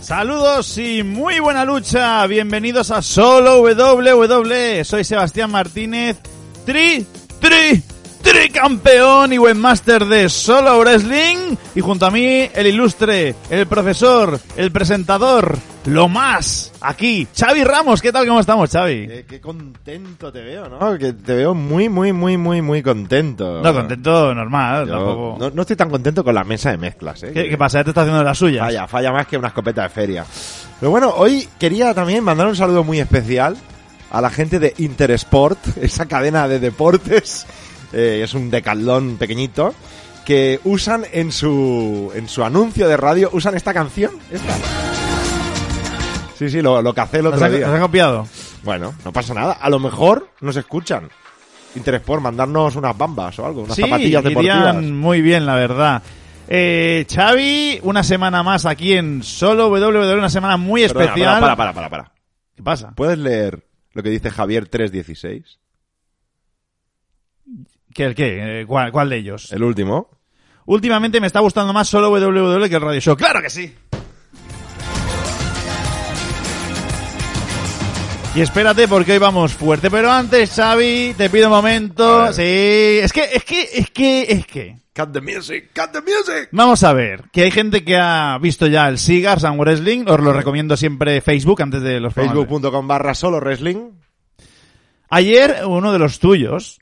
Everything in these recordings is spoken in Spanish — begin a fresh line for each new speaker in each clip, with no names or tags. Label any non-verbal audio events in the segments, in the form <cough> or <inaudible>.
Saludos y muy buena lucha. Bienvenidos a Solo WW. Soy Sebastián Martínez, tri, tri, tri campeón y webmaster de Solo Wrestling. Y junto a mí, el ilustre, el profesor, el presentador, lo más, aquí, Xavi Ramos. ¿Qué tal? ¿Cómo estamos, Xavi?
Qué, qué contento te veo, ¿no? Que te veo muy, muy, muy, muy, muy contento.
No, contento, normal,
Yo
tampoco.
no, no estoy tan contento con la mesa de mezclas, ¿eh?
¿Qué,
Que
qué pasa? ¿Ya ¿Te está haciendo de las suyas?
Falla, falla más que una escopeta de feria. Pero bueno, hoy quería también mandar un saludo muy especial a la gente de Intersport, <laughs> esa cadena de deportes. eh, es un decalón pequeñito que usan en su en su anuncio de radio usan esta canción, esta. Sí, sí, lo, lo cacé el
¿Las
otro
has,
día.
las has copiado?
Bueno, no pasa nada. A lo mejor nos escuchan. Interesport, mandarnos unas bambas o algo, unas
sí,
zapatillas deportivas.
irían muy bien, la verdad. Eh, Xavi, una semana más aquí en Solo WW, una semana muy
Perdona,
especial.
Para, para, para, para.
¿Qué pasa?
¿Puedes leer lo que dice Javier 316?
¿Qué, el qué? Eh, ¿Cuál, cuál de ellos?
El último.
Últimamente me está gustando más Solo WW que el Radio Show. ¡Claro que sí! Y espérate porque hoy vamos fuerte, pero antes, Xavi, te pido un
A
momento.
ver.
Sí, es que, es que, es que, es que.
Cut the music, cut the music.
Vamos a ver, que hay gente que ha visto ya el Sigars and Wrestling, os lo recomiendo siempre Facebook antes de los programas.
Facebook.com barra solo wrestling.
Ayer uno de los tuyos,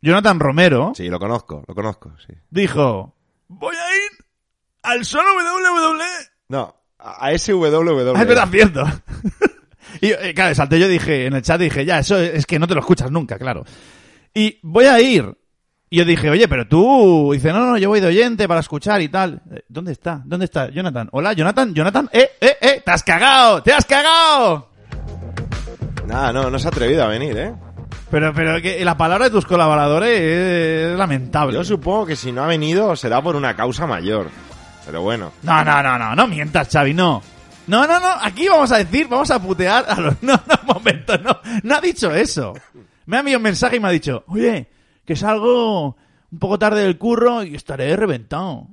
Jonathan Romero,
Sí, lo conozco, lo conozco, sí.
dijo, voy a ir al solo E WWE.
No, a, a SWW.
Ah, es verdad, cierto. <laughs> y eh, claro, salté yo dije, en el chat dije, ya, eso es que no te lo escuchas nunca, claro. Y voy a ir. Y yo dije, oye, pero tú. Y dice, no, no, yo voy de oyente para escuchar y tal. Eh, ¿Dónde está? ¿Dónde está? Jonathan. Hola, Jonathan, Jonathan. ¡Eh, eh, eh! ¡Te has cagado! ¡Te has cagado!
Nada, no, no se ha atrevido a venir, ¿eh?
Pero, pero que la palabra de tus colaboradores es, es lamentable.
Yo supongo que si no ha venido será por una causa mayor. Pero bueno.
No, no, no, no, no mientas, Xavi, no. No, no, no, aquí vamos a decir, vamos a putear a los... <laughs> No, no, un momento, no, no ha dicho eso. Me ha enviado un mensaje y me ha dicho, oye, que salgo un poco tarde del curro y estaré reventado.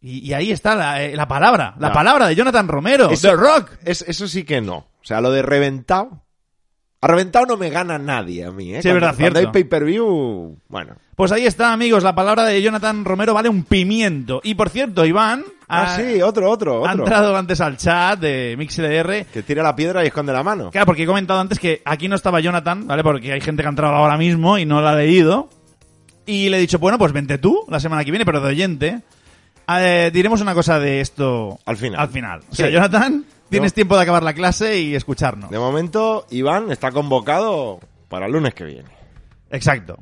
Y, y ahí está la, eh, la palabra, la
Ya.
palabra de Jonathan Romero, <laughs>
Eso-
The Rock.
Es, eso sí que no. O sea, lo de reventado. A reventado no me gana nadie a mí, ¿eh?
Sí, es verdad, cierto.
Cuando hay pay-per-view, bueno.
Pues ahí está, amigos, la palabra de Jonathan Romero vale un pimiento. Y por cierto, Iván
Ah,
ha,
sí, otro, otro,
ha
otro.
entrado antes al chat de MixLR
Que tira la piedra y esconde la mano.
Claro, porque he comentado antes que aquí no estaba Jonathan, ¿vale? Porque hay gente que ha entrado ahora mismo y no la ha leído. Y le he dicho, bueno, pues vente tú la semana que viene, pero de oyente. Eh, diremos una cosa de esto
Al final.
Al final. O sea,
Sí.
Jonathan, tienes
No.
tiempo de acabar la clase y escucharnos.
De momento, Iván está convocado para el lunes que viene.
Exacto.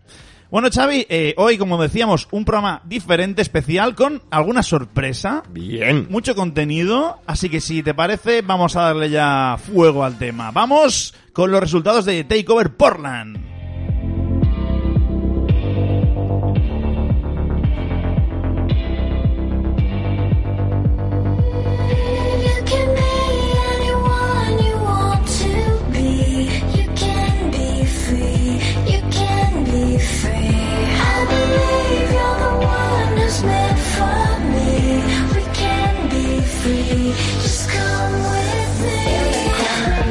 Bueno, Xavi, eh, hoy, como decíamos, un programa diferente, especial, con alguna sorpresa,
Bien.
mucho contenido, así que si te parece, vamos a darle ya fuego al tema. Vamos con los resultados de Takeover Portland.
You can be anyone you want to be. You can be free. You can be free. I believe you're the one who's meant for me. We can be free. Just come with me.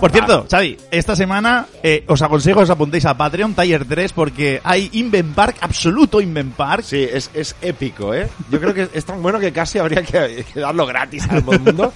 Por cierto, Xavi, esta semana eh, os aconsejo que os apuntéis a Patreon Tier 3 porque hay Invent Park, absoluto Invent Park.
Sí, es, es épico, ¿eh? Yo creo que es tan bueno que casi habría que, que darlo gratis a todo el mundo.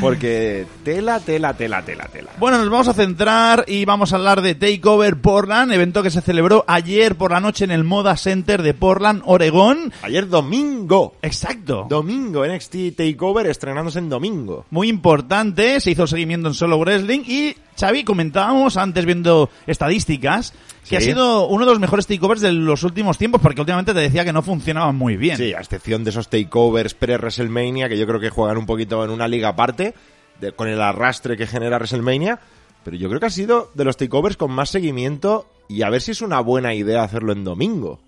Porque tela, tela, tela, tela, tela.
Bueno, nos vamos a centrar y vamos a hablar de Takeover Portland, evento que se celebró ayer por la noche en el Moda Center de Portland, Oregón.
Ayer domingo.
Exacto.
Domingo, NXT Takeover estrenándose en domingo.
muy importante, se hizo seguimiento en Solo Wrestling y Xavi comentábamos antes viendo estadísticas que
Sí.
ha sido uno de los mejores takeovers de los últimos tiempos porque últimamente te decía que no funcionaban muy bien.
Sí, a excepción de esos takeovers pre-WrestleMania, que yo creo que juegan un poquito en una liga aparte, de- con el arrastre que genera WrestleMania. Pero yo creo que ha sido de los takeovers con más seguimiento y a ver si es una buena idea hacerlo en domingo.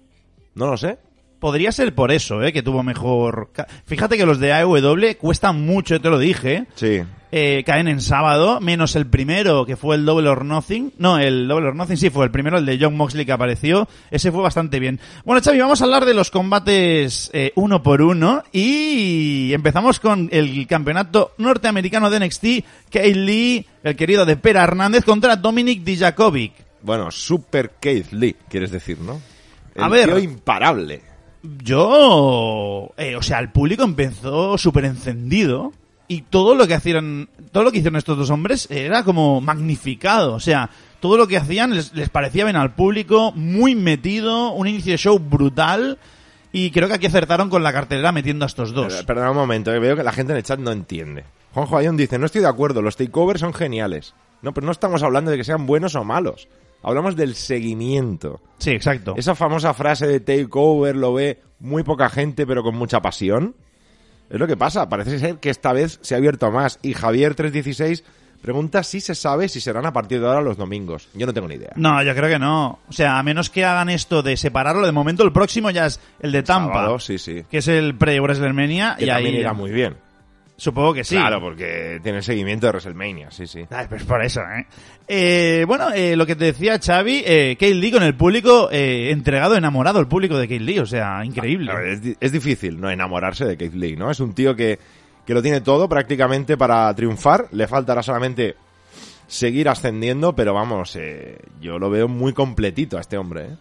No lo sé.
Podría ser por eso, ¿eh? que tuvo mejor... ca- Fíjate que los de AEW cuestan mucho, te lo dije.
Sí.
eh, caen en sábado, menos el primero, que fue el Double or Nothing. No, el Double or Nothing sí fue el primero, el de John Moxley que apareció. Ese fue bastante bien. Bueno, Xavi, vamos a hablar de los combates eh, uno por uno y empezamos con el campeonato norteamericano de NXT, Kay Lee, el querido de Pera Hernández, contra Dominic Dijakovic.
Bueno, Super Keith Lee, quieres decir, ¿no? El
A ver.
tío imparable.
Yo, eh, o sea, el público empezó súper encendido y todo lo que hacían, todo lo que hicieron estos dos hombres era como magnificado, o sea, todo lo que hacían les, les parecía bien al público, muy metido, un inicio de show brutal y creo que aquí acertaron con la cartelera metiendo a estos dos.
Pero, Perdona un momento, que veo que la gente en el chat no entiende. Juanjo Ayón dice, no estoy de acuerdo, los takeovers son geniales. No, pero no estamos hablando de que sean buenos o malos. Hablamos del seguimiento.
Sí, exacto.
Esa famosa frase de takeover lo ve muy poca gente, pero con mucha pasión. Es lo que pasa. Parece ser que esta vez se ha abierto a más. Y Javier316 pregunta si se sabe si serán a partir de ahora los domingos. Yo no tengo ni idea.
No, yo creo que no. O sea, a menos que hagan esto de separarlo, de momento el próximo ya es el de Tampa,
Sábado, Ah, sí, sí.
que es el pre-WrestleMania
Que
y
también
ahí
irá muy bien.
supongo que sí.
Claro, porque tiene seguimiento de WrestleMania, sí, sí.
Ay, pues por eso, ¿eh? Eh, bueno, eh, lo que te decía Xavi, eh, Kate Lee con el público eh, entregado, enamorado, el público de Kate Lee, o sea, increíble.
Claro, es, di- es difícil no enamorarse de Keith Lee, ¿no? Es un tío que, que lo tiene todo prácticamente para triunfar. Le faltará solamente seguir ascendiendo, pero vamos, eh, yo lo veo muy completito a este hombre, ¿eh?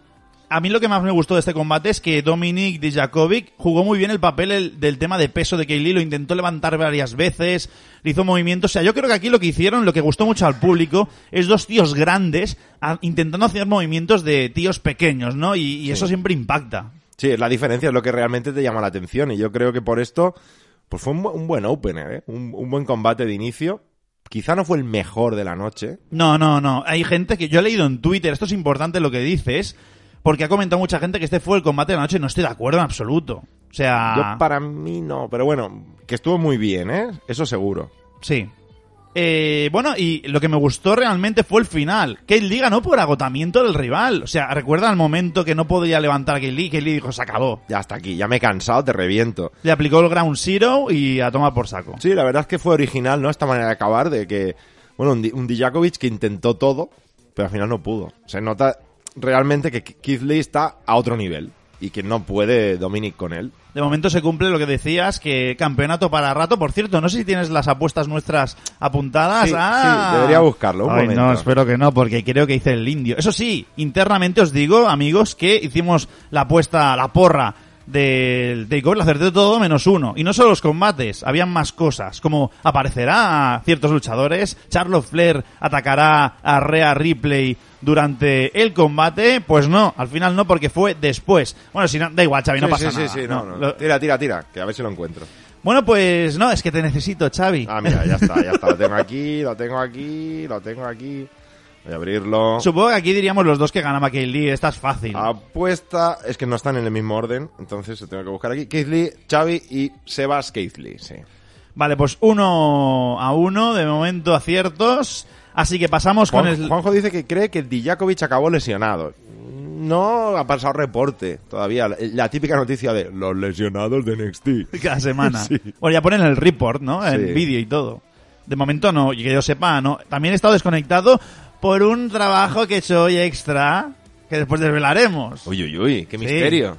A mí lo que más me gustó de este combate es que Dominic Dijakovic jugó muy bien el papel el- del tema de peso de Kate Lee, lo intentó levantar varias veces, le hizo movimientos, o sea, yo creo que aquí lo que hicieron, lo que gustó mucho al público, es dos tíos grandes a- intentando hacer movimientos de tíos pequeños, ¿no? Y, y eso siempre impacta.
Sí, es la diferencia, es lo que realmente te llama la atención. Y yo creo que por esto, pues fue un, bu- un buen opener, ¿eh? un, un buen combate de inicio. Quizá no fue el mejor de la noche.
No, no, no. Hay gente que yo he leído en Twitter, esto es importante lo que dices, porque ha comentado mucha gente que este fue el combate de la noche y no estoy de acuerdo en absoluto. O sea,
Yo para mí no, pero bueno, que estuvo muy bien, ¿eh? Eso seguro.
sí. Eh, bueno, y lo que me gustó realmente fue el final. Kate Lee ganó por agotamiento del rival. O sea, recuerda el momento que no podía levantar a Kate Lee. Kate Lee dijo, se acabó.
Ya hasta aquí, ya me he cansado, te reviento.
Le aplicó el ground zero y a tomar por saco.
Sí, la verdad es que fue original, ¿no? Esta manera de acabar de que, bueno, un, Di- un Dijakovic que intentó todo, pero al final no pudo. Se nota realmente que Keith Lee está a otro nivel y que no puede Dominic con él.
De momento se cumple lo que decías, que campeonato para rato. Por cierto, no sé si tienes las apuestas nuestras apuntadas.
Sí,
Ah.
sí, debería buscarlo, un
Ay,
momento.
No, espero que no, porque creo que hice el indio. Eso sí, internamente os digo, amigos, que hicimos la apuesta, la porra del takeover, la acerté todo menos uno. Y no solo los combates, habían más cosas, como aparecerá a ciertos luchadores, Charlotte Flair atacará a Rhea Ripley durante el combate, pues no, al final no, porque fue después. Bueno, si no, da igual, Xavi, no
Sí,
pasa
sí,
nada.
Sí, sí, no, no.
Lo-
Tira, tira, tira, que a ver si lo encuentro.
bueno, pues no, es que te necesito, Xavi.
Ah, mira, ya está, ya está. Lo tengo aquí, lo tengo aquí, lo tengo aquí. Voy a abrirlo.
<laughs> Supongo que aquí diríamos los dos que ganaba Kay Lee, esta es fácil.
Ah, Apuesta, es que no están en el mismo orden, entonces lo tengo que buscar aquí. Keith Lee, Xavi y Sebas Keith Lee, sí.
Vale, pues uno a uno, de momento aciertos. Así que pasamos
Juan-
con el... <laughs>
Juanjo dice que cree que Dijakovic acabó lesionado. No ha pasado reporte todavía. La- La típica noticia de los lesionados de NXT.
Cada semana.
Sí.
Bueno, ya ponen el report, ¿no? El
Sí.
vídeo y todo. De momento no, y que yo sepa, no. También he estado desconectado por un trabajo que he hecho hoy extra, que después desvelaremos.
<laughs> Uy, uy, uy, qué
Sí.
misterio.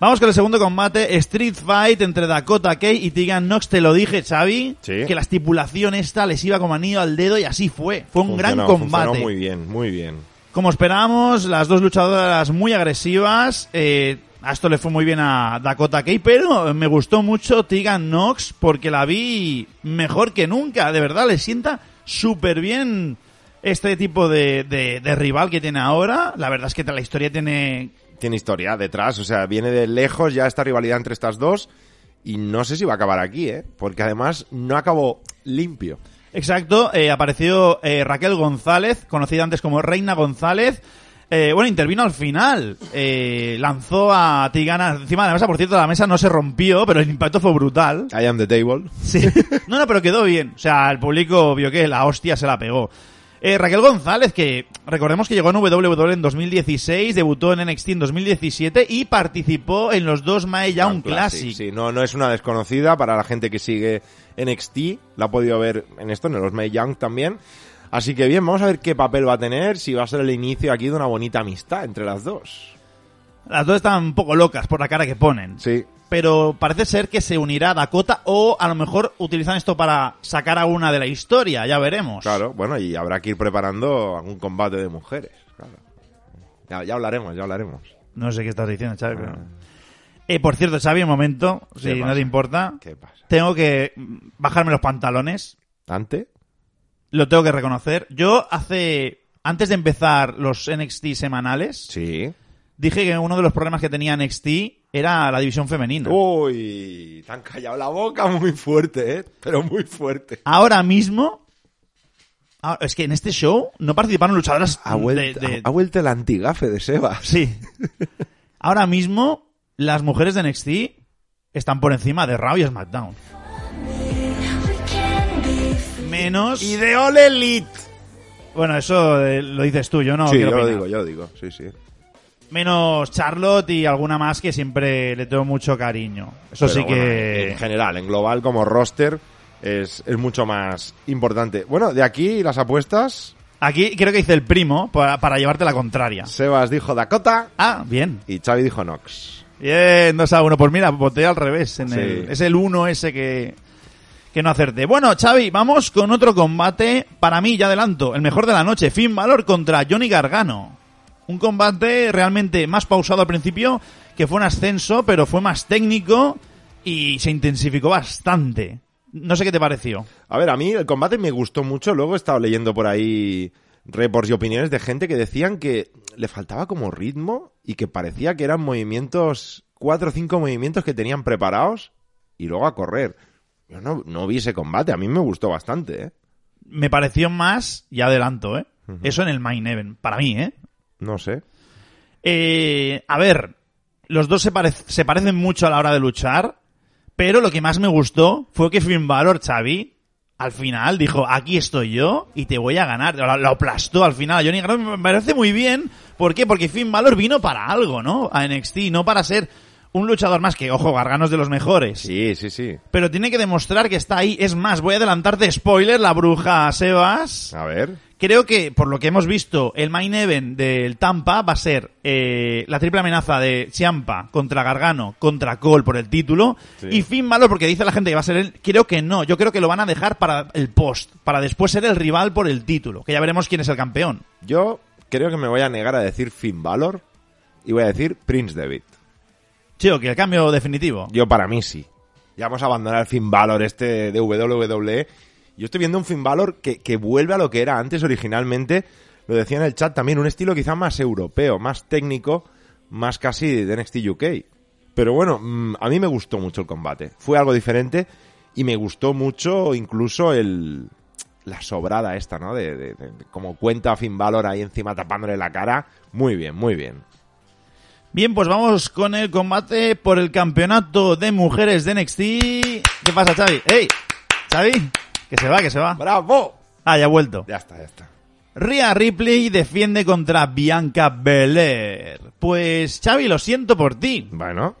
Vamos con el segundo combate, Street Fight entre Dakota Kay y Tegan Knox. Te lo dije, Xavi,
Sí.
que la estipulación esta les iba como anillo al dedo y así fue. Fue un gran
Funcionó,
combate.
funcionó muy bien, muy bien.
Como esperábamos, las dos luchadoras muy agresivas. eh, a esto le fue muy bien a Dakota Kay, pero me gustó mucho Tegan Knox porque la vi mejor que nunca. De verdad, le sienta súper bien este tipo de, de- de rival que tiene ahora. La verdad es que la historia tiene...
Tiene historia detrás, o sea, viene de lejos ya esta rivalidad entre estas dos. Y no sé si va a acabar aquí, ¿eh? Porque además no acabó limpio.
Exacto, eh, apareció eh, Raquel González, conocida antes como Reina González. Eh, bueno, intervino al final. Eh, lanzó a Tigana encima de la mesa. Por cierto, la mesa no se rompió, pero el impacto fue brutal.
I am the table.
<laughs> Sí. No, no, pero quedó bien. O sea, el público vio que la hostia se la pegó. Eh, Raquel González, que recordemos que llegó en WWE en 2016, debutó en NXT en 2017 y participó en los dos Mae Young Classic.
Ah, Sí, no, no es una desconocida para la gente que sigue NXT. La ha podido ver en esto, en los May Young también. Así que bien, vamos a ver qué papel va a tener, si va a ser el inicio aquí de una bonita amistad entre las dos.
Las dos están un poco locas por la cara que ponen.
Sí.
Pero parece ser que se unirá a Dakota o a lo mejor utilizan esto para sacar a una de la historia, ya veremos.
Claro, bueno, y habrá que ir preparando algún combate de mujeres. Claro. Ya, ya hablaremos, ya hablaremos.
No sé qué estás diciendo, Xavi, pero-
Ah.
Eh, por cierto, Xavi, un momento, si no
pasa?
te importa.
¿Qué pasa?
Tengo que mm, bajarme los pantalones.
¿Ante?
Lo tengo que reconocer. Yo hace. Antes de empezar los NXT semanales,
Sí.
dije que uno de los problemas que tenía NXT era la división femenina.
Oh. Uy, te han callado la boca muy fuerte, ¿eh? Pero muy fuerte.
Ahora mismo. ah, Es que en este show no participaron luchadoras.
Ha vuelto,
de- de-
ha- ha vuelto el antigafe de Sebas.
Sí. <laughs> Ahora mismo, las mujeres de NXT están por encima de Raw y SmackDown.
We can be free.
Menos.
Y de All Elite.
Bueno, eso eh, lo dices tú, yo no.
sí, yo
quiero
lo
opinar.
digo, yo lo digo. Sí, sí.
Menos Charlotte y alguna más que siempre le tengo mucho cariño. Eso
Pero
sí
bueno, eh,
que.
En general, en global, como roster, es, es mucho más importante. Bueno, de aquí las apuestas.
Aquí creo que hice el primo para, para llevarte la contraria.
Sebas dijo Dakota
Ah, bien.
y Xavi dijo Nox.
Bien, 2 a 1. Pues mira, voté al revés. en
Sí.
el- es el 1 ese que, que no acerté. Bueno, Xavi, vamos con otro combate. Para mí, ya adelanto, el mejor de la noche. Finn Balor contra Johnny Gargano. Un combate realmente más pausado al principio, que fue un ascenso, pero fue más técnico y se intensificó bastante. No sé qué te pareció.
A ver, a mí el combate me gustó mucho. Luego he estado leyendo por ahí reports y opiniones de gente que decían que le faltaba como ritmo y que parecía que eran movimientos, cuatro o cinco movimientos que tenían preparados y luego a correr. Yo no, no vi ese combate, a mí me gustó bastante, ¿eh?
Me pareció más, ya adelanto, ¿eh? Eso en el main event, para mí, ¿eh?
No sé.
Eh, a ver, los dos se, parec- se parecen mucho a la hora de luchar, pero lo que más me gustó fue que Finn Balor, Xavi, al final dijo, aquí estoy yo y te voy a ganar. Lo, lo aplastó al final. Johnny Gargano me parece muy bien. ¿Por qué? Porque Finn Balor vino para algo, ¿no? A NXT, no para ser un luchador más que, ojo, Gargano es de los mejores.
Sí, sí, sí.
Pero tiene que demostrar que está ahí. Es más, voy a adelantarte spoiler, la bruja Sebas.
A ver.
Creo que, por lo que hemos visto, el main event del Tampa va a ser eh, la triple amenaza de Ciampa contra Gargano, contra Cole por el título.
Sí.
Y Finn Balor, porque dice la gente que va a ser él, creo que no. Yo creo que lo van a dejar para el post, para después ser el rival por el título, que ya veremos quién es el campeón.
Yo creo que me voy a negar a decir Finn Balor y voy a decir Prince David.
Chico, que el cambio definitivo.
Yo para mí sí. Ya vamos a abandonar el Finn Balor este de WWE. Yo estoy viendo un Finn Balor que, que vuelve a lo que era antes originalmente. Lo decía en el chat también, un estilo quizá más europeo, más técnico, más casi de NXT UK. Pero bueno, mm, a mí me gustó mucho el combate. Fue algo diferente y me gustó mucho incluso el la sobrada esta, ¿no? De, de- de- de como cuenta Finn Balor ahí encima tapándole la cara. Muy bien, muy bien.
Bien, pues vamos con el combate por el campeonato de mujeres de NXT. ¿Qué pasa, Xavi? ¡Ey! ¿Xavi? Que se va, que se va.
¡Bravo!
Ah, ya ha vuelto.
Ya está, ya está.
Rhea Ripley defiende contra Bianca Belair. Pues Xavi, lo siento por ti.
Bueno,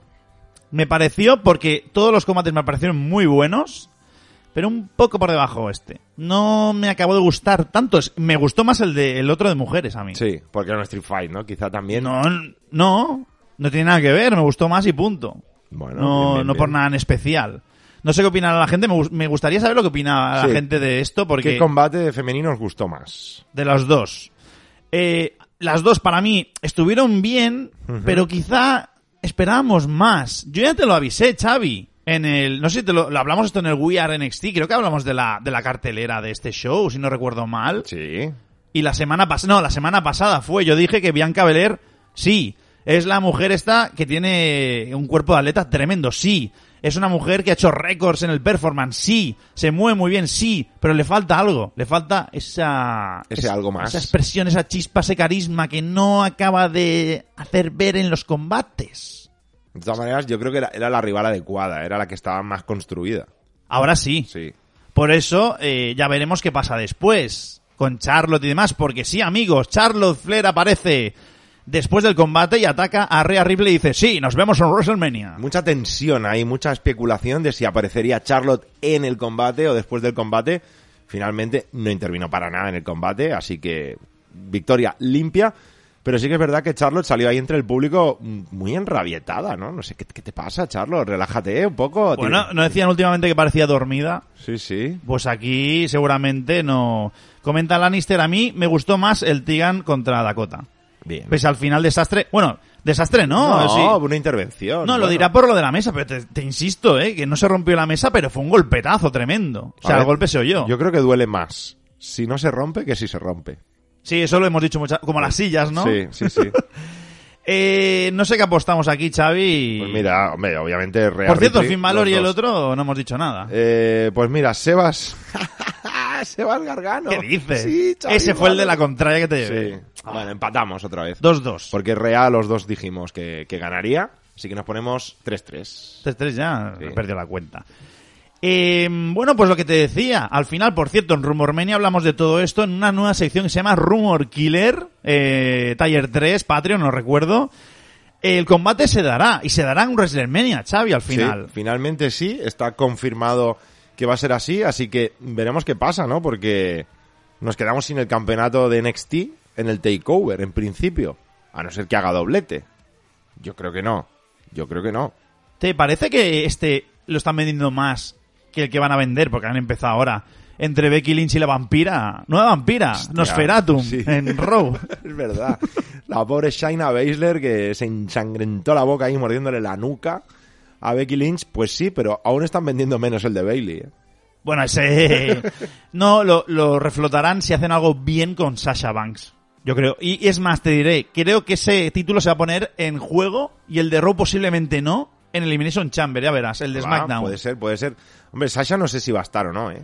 Me pareció porque todos los combates me parecieron muy buenos, pero un poco por debajo este. No me acabó de gustar tanto. Es- Me gustó más el de el otro de mujeres a mí.
Sí, porque era un Street Fight, ¿no? Quizá también.
No, no, no tiene nada que ver. Me gustó más y punto.
Bueno,
no,
bien, bien,
no
bien.
por nada en especial. No sé qué opinará la gente. Me, gus- me gustaría saber lo que opina
Sí.
la gente de esto porque
¿Qué combate femenino os gustó más?
de las dos. Eh, las dos para mí estuvieron bien, pero quizá esperábamos más. Yo ya te lo avisé, Xavi. En el, no sé si te lo, lo hablamos esto en el We Are NXT, creo que hablamos de la, de la cartelera de este show, si no recuerdo mal.
Sí.
Y la semana pasada, no, la semana pasada fue, yo dije que Bianca Belair, sí, es la mujer esta que tiene un cuerpo de atleta tremendo, sí. Es una mujer que ha hecho récords en el performance, sí. Se mueve muy bien, sí. Pero le falta algo. Le falta esa...
Ese
es-
algo más.
Esa expresión, esa chispa, ese carisma que no acaba de hacer ver en los combates.
De todas maneras, yo creo que era, era la rival adecuada, era la que estaba más construida.
Ahora sí.
Sí.
Por eso eh, ya veremos qué pasa después. con Charlotte y demás, porque sí, amigos, Charlotte Flair aparece después del combate y ataca a Rhea Ripley y dice, sí, nos vemos en WrestleMania.
Mucha tensión ahí, mucha especulación de si aparecería Charlotte en el combate o después del combate. Finalmente no intervino para nada en el combate, así que victoria limpia. Pero sí que es verdad que Charlotte salió ahí entre el público muy enrabietada, ¿no? No sé, ¿qué, qué te pasa, Charlotte? Relájate un poco. tío.
Bueno, ¿no decían últimamente que parecía dormida?
Sí, sí.
Pues aquí seguramente no. Comenta Lannister, a mí me gustó más el Tigan contra Dakota.
Bien.
Pese al final desastre. Bueno, desastre no.
no,
sí.
una intervención.
No, lo
bueno.
dirá por lo de la mesa, pero te, te insisto, ¿eh? que no se rompió la mesa, pero fue un golpetazo tremendo. O sea,
A ver,
el golpe se oyó.
Yo creo que duele más si no se rompe que si se rompe.
Sí, eso lo hemos dicho muchas como las sillas, ¿no?
Sí,
<laughs>
sí, sí.
Eh, no sé qué apostamos aquí, Xavi.
Pues mira, hombre, obviamente Real
por cierto,
Ripley,
Finn Balor
los
y el
dos.
otro no hemos dicho nada.
Eh, pues mira, Sebas. <laughs> Sebas Gargano.
¿Qué dices?
Sí, Xavi,
Ese fue el de la
vale.
contraria que te llevé.
Sí. Bueno, empatamos otra vez.
2-2.
Porque Real los dos dijimos que, que ganaría. Así que nos ponemos 3-3.
3-3 Este ya,
Sí.
he perdido la cuenta. Eh, bueno, pues lo que te decía, al final, por cierto, en Rumormenia hablamos de todo esto en una nueva sección que se llama Rumor Killer, eh, Taller 3, Patreon, no recuerdo. El combate se dará, y se dará en WrestleMania, Xavi, al final.
Sí, finalmente sí, está confirmado que va a ser así, así que veremos qué pasa, ¿no? Porque nos quedamos sin el campeonato de NXT en el takeover, en principio. A no ser que haga doblete. Yo creo que no. Yo creo que no.
¿Te parece que este lo están vendiendo más que el que van a vender? Porque han empezado ahora. Entre Becky Lynch y la vampira. Nueva vampira. Nosferatum.
sí.
En Raw.
<laughs> <laughs> Es verdad. La pobre Shaina Baszler que se ensangrentó la boca ahí mordiéndole la nuca a Becky Lynch, pues sí, pero aún están vendiendo menos el de Bailey. ¿eh?
Bueno, ese. No, lo, lo reflotarán si hacen algo bien con Sasha Banks. Yo creo. Y, y es más, te diré, creo que ese título se va a poner en juego y el de Raw posiblemente no en Elimination Chamber, ya verás, el de SmackDown.
Ah, Puede ser, puede ser. Hombre, Sasha no sé si va a estar o no, ¿eh?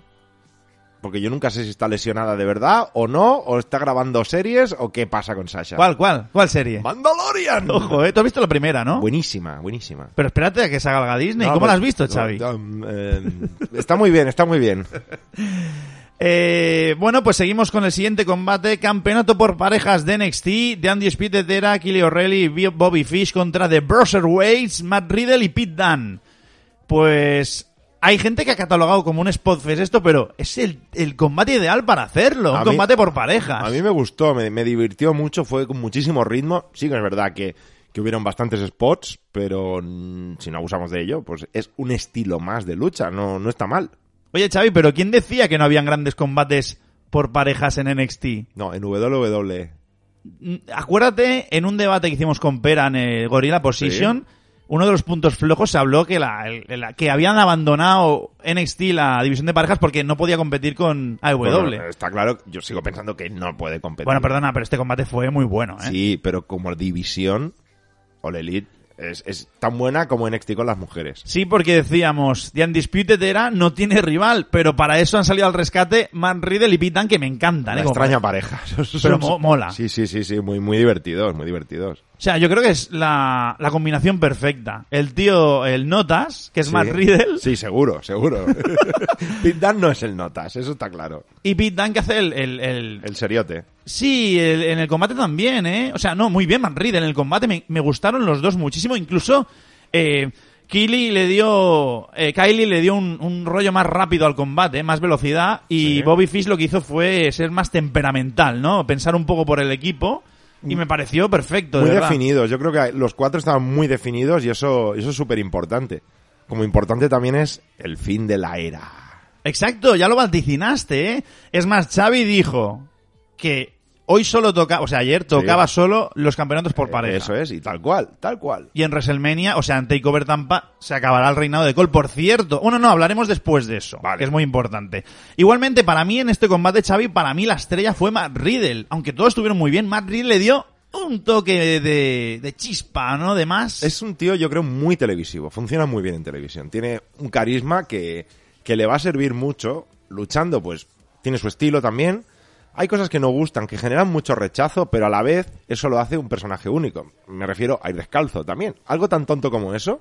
Porque yo nunca sé si está lesionada de verdad o no, o está grabando series o qué pasa con Sasha.
¿Cuál, cuál? ¿Cuál serie?
¡Mandalorian!
Ojo, eh, tú has visto la primera, ¿no?
Buenísima, buenísima.
Pero espérate a que se haga la Disney.
No,
¿Cómo
pues,
la has visto,
no,
Xavi?
um, eh, está muy bien, está muy bien.
Eh, bueno, pues seguimos con el siguiente combate. Campeonato por parejas de NXT. De Andy Speed, Tera, Killy O'Reilly y Bobby Fish contra The Waits, Matt Riddle y Pete Dunne. Pues hay gente que ha catalogado como un spot fest esto, pero es el, el combate ideal para hacerlo. un
A mí-
combate por parejas.
A mí me gustó, me, me divirtió mucho, fue con muchísimo ritmo. Sí que es verdad que, que hubieron bastantes spots, pero mm, si no abusamos de ello, pues es un estilo más de lucha, no, no está mal.
Oye, Xavi, pero ¿quién decía que no habían grandes combates por parejas en NXT?
No, en E. WWE.
Mm, Acuérdate, en un debate que hicimos con Pera en el Gorilla Position, uno de los puntos flojos se habló que, la, el- la- que habían abandonado NXT, la división de parejas, porque no podía competir con AEW.
Bueno,
Bueno,
está claro, yo sigo pensando que no puede competir.
perdona, pero este combate fue muy bueno, ¿eh?
Sí, pero como división, All Elite es, es tan buena como NXT con las mujeres.
Sí, porque decíamos, The Undisputed Era no tiene rival, pero para eso han salido al rescate Man Riddle y Pitan, que me encantan.
Una
¿eh? Como-
extraña pareja. <laughs>
Pero mo- mola.
Sí, sí, sí, sí, muy, muy divertidos, muy divertidos.
O sea, yo creo que es la, la combinación perfecta. El tío, el Notas, que es
Sí.
Matt Riddle,
Sí, seguro, seguro. <laughs> Pete Dunne no es el Notas, eso está claro.
y Pitan, que hace el- el- el,
El seriote.
Sí, el- en el combate también, ¿eh? O sea, no, muy bien Man Riddle en el combate. Me, me gustaron los dos muchísimo. Incluso eh, Kylie le dio... eh, Kylie le dio un, un rollo más rápido al combate, más velocidad. Y
Sí.
Bobby Fish lo que hizo fue ser más temperamental, ¿no? Pensar un poco por el equipo. Y me pareció perfecto, de
Mm. Muy
verdad.
definidos, yo creo que los cuatro estaban muy definidos y eso, eso es súper importante. Como importante también es el fin de la era.
Exacto, ya lo vaticinaste, ¿eh? Es más, Xavi dijo que hoy solo tocaba... O sea, ayer tocaba solo los campeonatos por pareja.
Eh, Eso es, y tal cual, tal cual.
Y en WrestleMania, o sea, en Takeover Tampa, se acabará el reinado de Cole. Por cierto, bueno, no, hablaremos después de eso,
Vale.
que es muy importante. Igualmente, para mí en este combate, Xavi, para mí la estrella fue Matt Riddle. Aunque todos estuvieron muy bien, Matt Riddle le dio un toque de, de chispa, ¿no? De más.
Es un tío, yo creo, muy televisivo. Funciona muy bien en televisión. Tiene un carisma que, que le va a servir mucho. Luchando, pues, tiene su estilo también. Hay cosas que no gustan, que generan mucho rechazo, pero a la vez eso lo hace un personaje único. Me refiero a ir descalzo también. Algo tan tonto como eso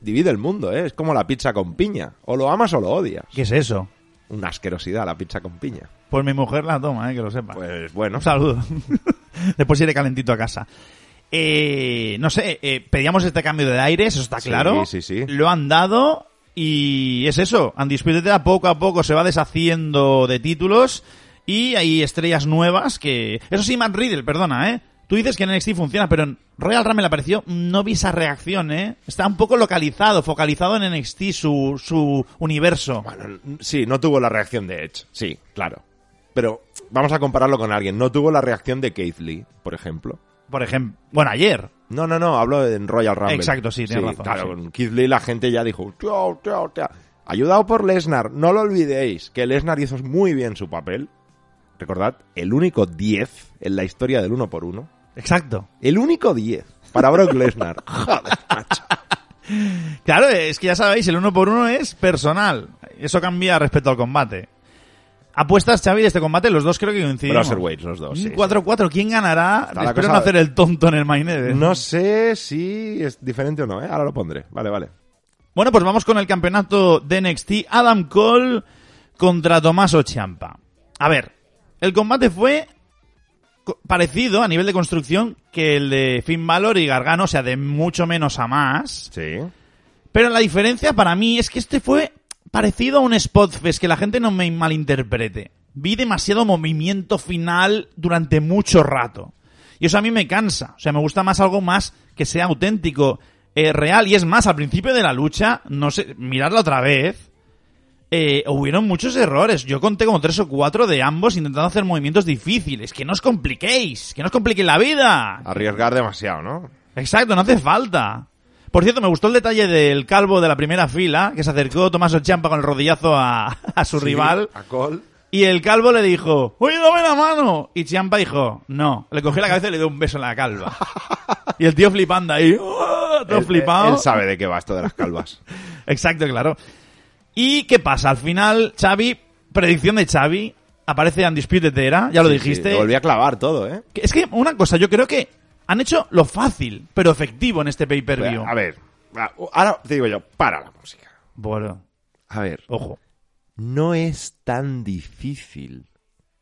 divide el mundo, ¿eh? Es como la pizza con piña. O lo amas o lo odias.
¿Qué es eso?
Una asquerosidad, la pizza con piña.
Pues mi mujer la toma, eh, que lo sepa.
Pues bueno,
Un saludo. <laughs> Después iré calentito a casa. Eh, no sé, eh, pedíamos este cambio de aires, eso está
Sí,
claro.
sí, sí.
Lo han dado y es eso. Undisputed Era poco a poco se va deshaciendo de títulos y hay estrellas nuevas que... Eso sí, Matt Riddle, perdona, ¿eh? Tú dices que en NXT funciona, pero en Royal Rumble apareció, no vi esa reacción, ¿eh? Está un poco localizado, focalizado en NXT su, su universo.
Bueno, sí, no tuvo la reacción de Edge, sí, claro. Pero vamos a compararlo con alguien. No tuvo la reacción de Keith Lee, por ejemplo.
Por ejemplo, bueno, ayer.
No, no, no, hablo en Royal Rumble.
Exacto, sí, tienes razón,
Claro,
sí.
con Keith Lee la gente ya dijo, "Chao, chao, chao". ayudado por Lesnar, no lo olvidéis, que Lesnar hizo muy bien su papel. Recordad, el único 10 en la historia del 1 por 1
Exacto.
El único 10 para Brock Lesnar.
<laughs>
Joder, macho.
Claro, es que ya sabéis, el uno por uno es personal. Eso cambia respecto al combate. Apuestas, Xavi, de este combate, los dos creo que coincidimos.
Browserweights, los dos, sí,
Un 4-4, ¿quién ganará?
Está la
Espero
cosa-
no hacer el tonto en el Mainede.
No sé si es diferente o no, ¿eh? ahora lo pondré. Vale, vale.
Bueno, pues vamos con el campeonato de NXT. Adam Cole contra Tommaso Ciampa. A ver, el combate fue co- parecido a nivel de construcción que el de Finn Balor y Gargano, o sea, de mucho menos a más.
Sí.
Pero la diferencia para mí es que este fue parecido a un spot fest, que la gente no me malinterprete. Vi demasiado movimiento final durante mucho rato. Y eso a mí me cansa. O sea, me gusta más algo más que sea auténtico, eh, real. Y es más, al principio de la lucha, no sé, miradla otra vez. eh, hubieron muchos errores. Yo conté como tres o cuatro de ambos intentando hacer movimientos difíciles. Que no os compliquéis, que no os compliquéis la vida.
Arriesgar demasiado, ¿no?
Exacto, no hace falta. Por cierto, me gustó el detalle del calvo de la primera fila, que se acercó Tomaso Champa con el rodillazo a, a su rival,
A Cole.
y el calvo le dijo, ¡Oye, dame la mano! Y Champa dijo, no. Le cogió la cabeza y le dio un beso en la calva. y el tío flipando ahí, ¡oh! todo
Él-
flipado.
Él, él sabe de qué va esto de
<laughs>
las calvas.
Exacto, claro. ¿Y qué pasa? Al final, Xavi, predicción de Xavi, aparece Undisputed Era, ya lo
Sí,
dijiste.
sí, lo volví a clavar todo, ¿eh?
Que- Es que una cosa, yo creo que han hecho lo fácil, pero efectivo en este pay-per-view.
A ver, a- ahora te digo yo, para la música.
Bueno.
A ver,
Ojo.
no es tan difícil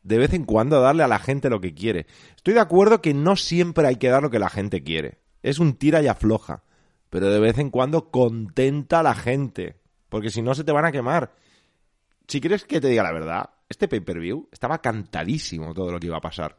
de vez en cuando darle a la gente lo que quiere. Estoy de acuerdo que no siempre hay que dar lo que la gente quiere. Es un tira y afloja. Pero de vez en cuando contenta a la gente. Porque si no, se te van a quemar. Si quieres que te diga la verdad, este pay-per-view estaba cantadísimo todo lo que iba a pasar.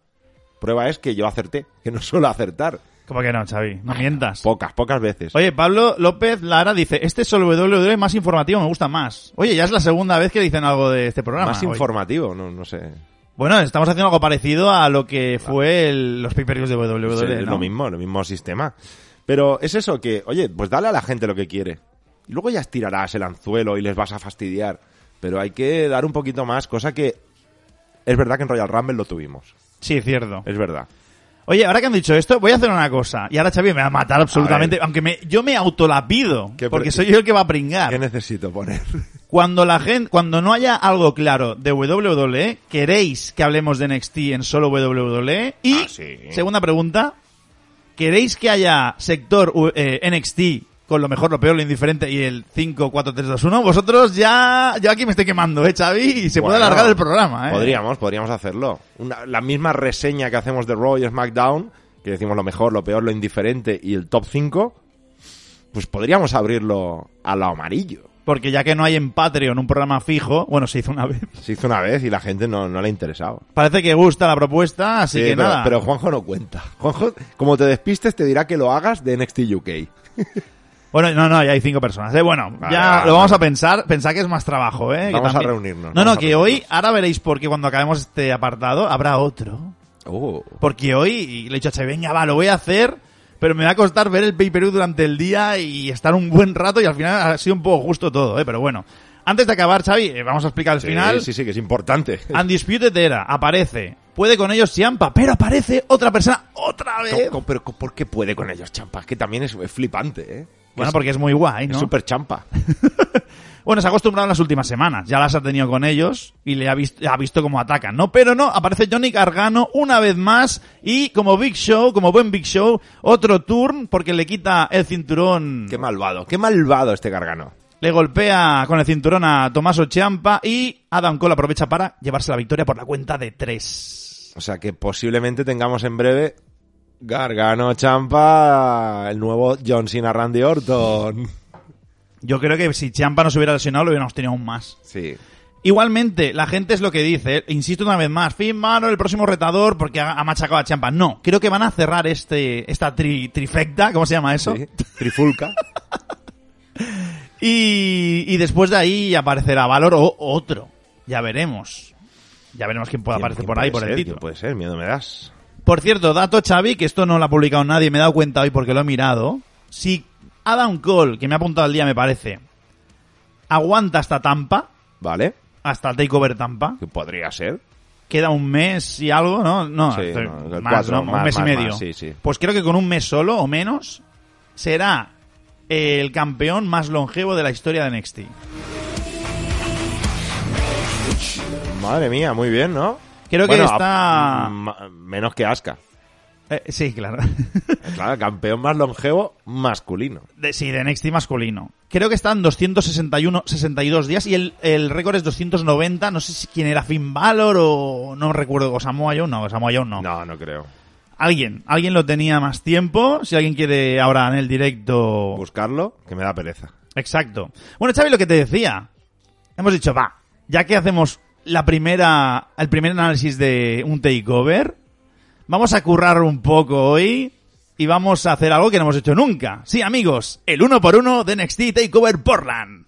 Prueba es que yo acerté, que no suelo acertar.
¿Cómo que no, Xavi?
Ah,
No mientas.
Pocas, pocas veces.
Oye, Pablo López Lara dice, este es solo WWE más informativo, me gusta más. Oye, ya es la segunda vez que dicen algo de este programa.
Más
hoy.
informativo, no, no sé.
Bueno, estamos haciendo algo parecido a lo que fue el- los pay-per-views de WWE.
Sí,
¿no?
Lo mismo, lo mismo sistema. Pero es eso que, oye, pues dale a la gente lo que quiere. Y luego ya estirarás el anzuelo y les vas a fastidiar. Pero hay que dar un poquito más, cosa que es verdad que en Royal Rumble lo tuvimos.
Sí, cierto.
Es verdad.
Oye, ahora que han dicho esto, voy a hacer una cosa. Y ahora Xavi me va a matar absolutamente,
ver.
aunque me, yo me autolapido,
¿Qué
porque
pre-
soy yo el que va a pringar.
¿Qué necesito
<laughs>
poner?
Cuando la gente, cuando no haya algo claro de WWE, queréis que hablemos de NXT en solo WWE. Y
Ah, sí.
segunda pregunta, queréis que haya sector u- eh, NXT con lo mejor, lo peor, lo indiferente y el 5, 4, 3, 2, 1. Vosotros ya, yo aquí me estoy quemando, eh, Xavi, y se puede
Bueno,
alargar el programa, eh.
Podríamos, podríamos hacerlo. Una- la misma reseña que hacemos de Raw y SmackDown, que decimos lo mejor, lo peor, lo indiferente y el top 5, pues podríamos abrirlo a lo amarillo.
Porque ya que no hay en Patreon un programa fijo, bueno, se hizo una vez. <laughs>
Se hizo una vez y la gente no, no le ha interesado.
Parece que gusta la propuesta, así
Sí,
que
Eh, pero,
nada.
pero Juanjo no cuenta. Juanjo, como te despistes, te dirá que lo hagas de NXT UK.
Bueno, no, no, ya hay cinco personas. ¿eh? Bueno,
Vale,
ya
vale,
lo vamos
vale.
a pensar. Pensad que es más trabajo, ¿eh? Que
Vamos a
también- No,
reunirnos, vamos
no,
a
que hoy, ahora veréis por qué cuando acabemos este apartado habrá otro.
Oh.
Porque hoy, y le he dicho a Xavi, venga, va, lo voy a hacer, pero me va a costar ver el pay-per-view durante el día y estar un buen rato y al final ha sido un poco justo todo, ¿eh? Pero bueno. Antes de acabar, Xavi, eh, vamos a explicar el
Sí,
final.
Sí, sí, que es
<laughs>
importante.
Undisputed Era aparece. Puede con ellos Siampa, pero aparece otra persona otra vez.
Co- co- Pero co- ¿por qué puede con ellos champa? Es que también es es flipante, ¿eh?
Bueno,
Es-
porque es muy guay, ¿no?
Es súper
<laughs>
champa.
Bueno, se ha acostumbrado en las últimas semanas. Ya las ha tenido con ellos y le ha visto, ha visto cómo atacan, ¿no? Pero no, aparece Johnny Gargano una vez más y como Big Show, como buen Big Show, otro turn porque le quita el cinturón.
Qué malvado, qué malvado este Gargano.
Le golpea con el cinturón a Tomaso Ciampa y Adam Cole aprovecha para llevarse la victoria por la cuenta de tres.
O sea que posiblemente tengamos en breve Gargano Champa, el nuevo John Cena Randy Orton.
Yo creo que si Ciampa no se hubiera lesionado lo hubiéramos tenido aún más.
Sí.
Igualmente, la gente es lo que dice, ¿eh? insisto una vez más, Finn Balor, el próximo retador, porque ha, ha machacado a Champa. No, creo que van a cerrar este, esta tri- trifecta, ¿cómo se llama eso?
sí.
<laughs>
Trifulca.
Y, y después de ahí aparecerá Valor o otro. Ya veremos. Ya veremos quién puede aparecer
¿Quién
por ahí,
puede
por
ser?
el
¿Quién
título.
Puede ser, miedo me das.
Por cierto, dato Xavi, que esto no lo ha publicado nadie, me he dado cuenta hoy porque lo he mirado. Si Adam Cole, que me ha apuntado al día, me parece, aguanta hasta Tampa,
Vale.
hasta el Takeover Tampa,
Que podría ser.
queda un mes y algo, ¿no? No,
Sí,
estoy-
no, el
más,
cuatro,
¿no?
más,
un mes
más,
y medio.
más, sí, sí.
Pues creo que con un mes solo o menos será el campeón más longevo de la historia de NXT.
Madre mía, muy bien, ¿no?
Creo que
Bueno,
está-
a- ma- menos que Aska.
Eh, sí, claro. <laughs>
Claro, campeón más longevo masculino.
De- sí, de NXT masculino. Creo que están 261, 62 días y el, el récord es 290. No sé si quién era Finn Balor o no recuerdo. O Samoa Joe, no, Samoa Joe no.
No, no creo.
Alguien, alguien lo tenía más tiempo. Si alguien quiere ahora en el directo.
Pues- Buscarlo, que me da pereza.
Exacto. Bueno, Xavi, lo que te decía. Hemos dicho, va, ya que hacemos la primera, el primer análisis de un takeover, vamos a currar un poco hoy y vamos a hacer algo que no hemos hecho nunca. Sí, amigos, el uno por uno de NXT Takeover Portland.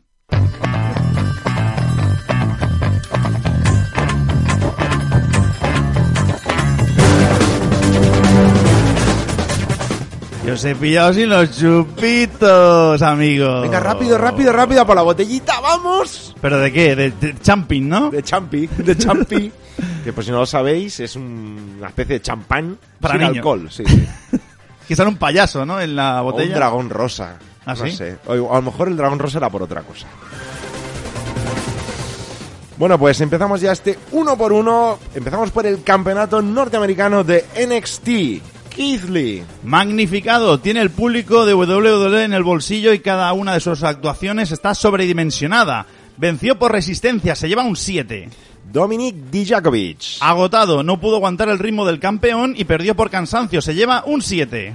Yo os he pillado sin los chupitos, amigos.
Venga, rápido, rápido, rápido, por la botellita, vamos.
¿Pero de qué? De, de champing, ¿no?
De champi, de <laughs> champi. que por si no lo sabéis, es un- una especie de champán
Para
sin
niños.
alcohol. Sí, sí.
Que sale un payaso, ¿no? En la
O un
botella.
dragón rosa.
¿Ah,
no
sí?
sé. O a lo mejor el dragón rosa era por otra cosa. Bueno, pues empezamos ya este uno por uno. Empezamos por el campeonato norteamericano de NXT. Keith Lee.
Magnificado, tiene el público de WWE en el bolsillo y cada una de sus actuaciones está sobredimensionada. Venció por resistencia, se lleva un 7.
Dominic Dijakovic.
Ah. Agotado, no pudo aguantar el ritmo del campeón y perdió por cansancio, se lleva un 7.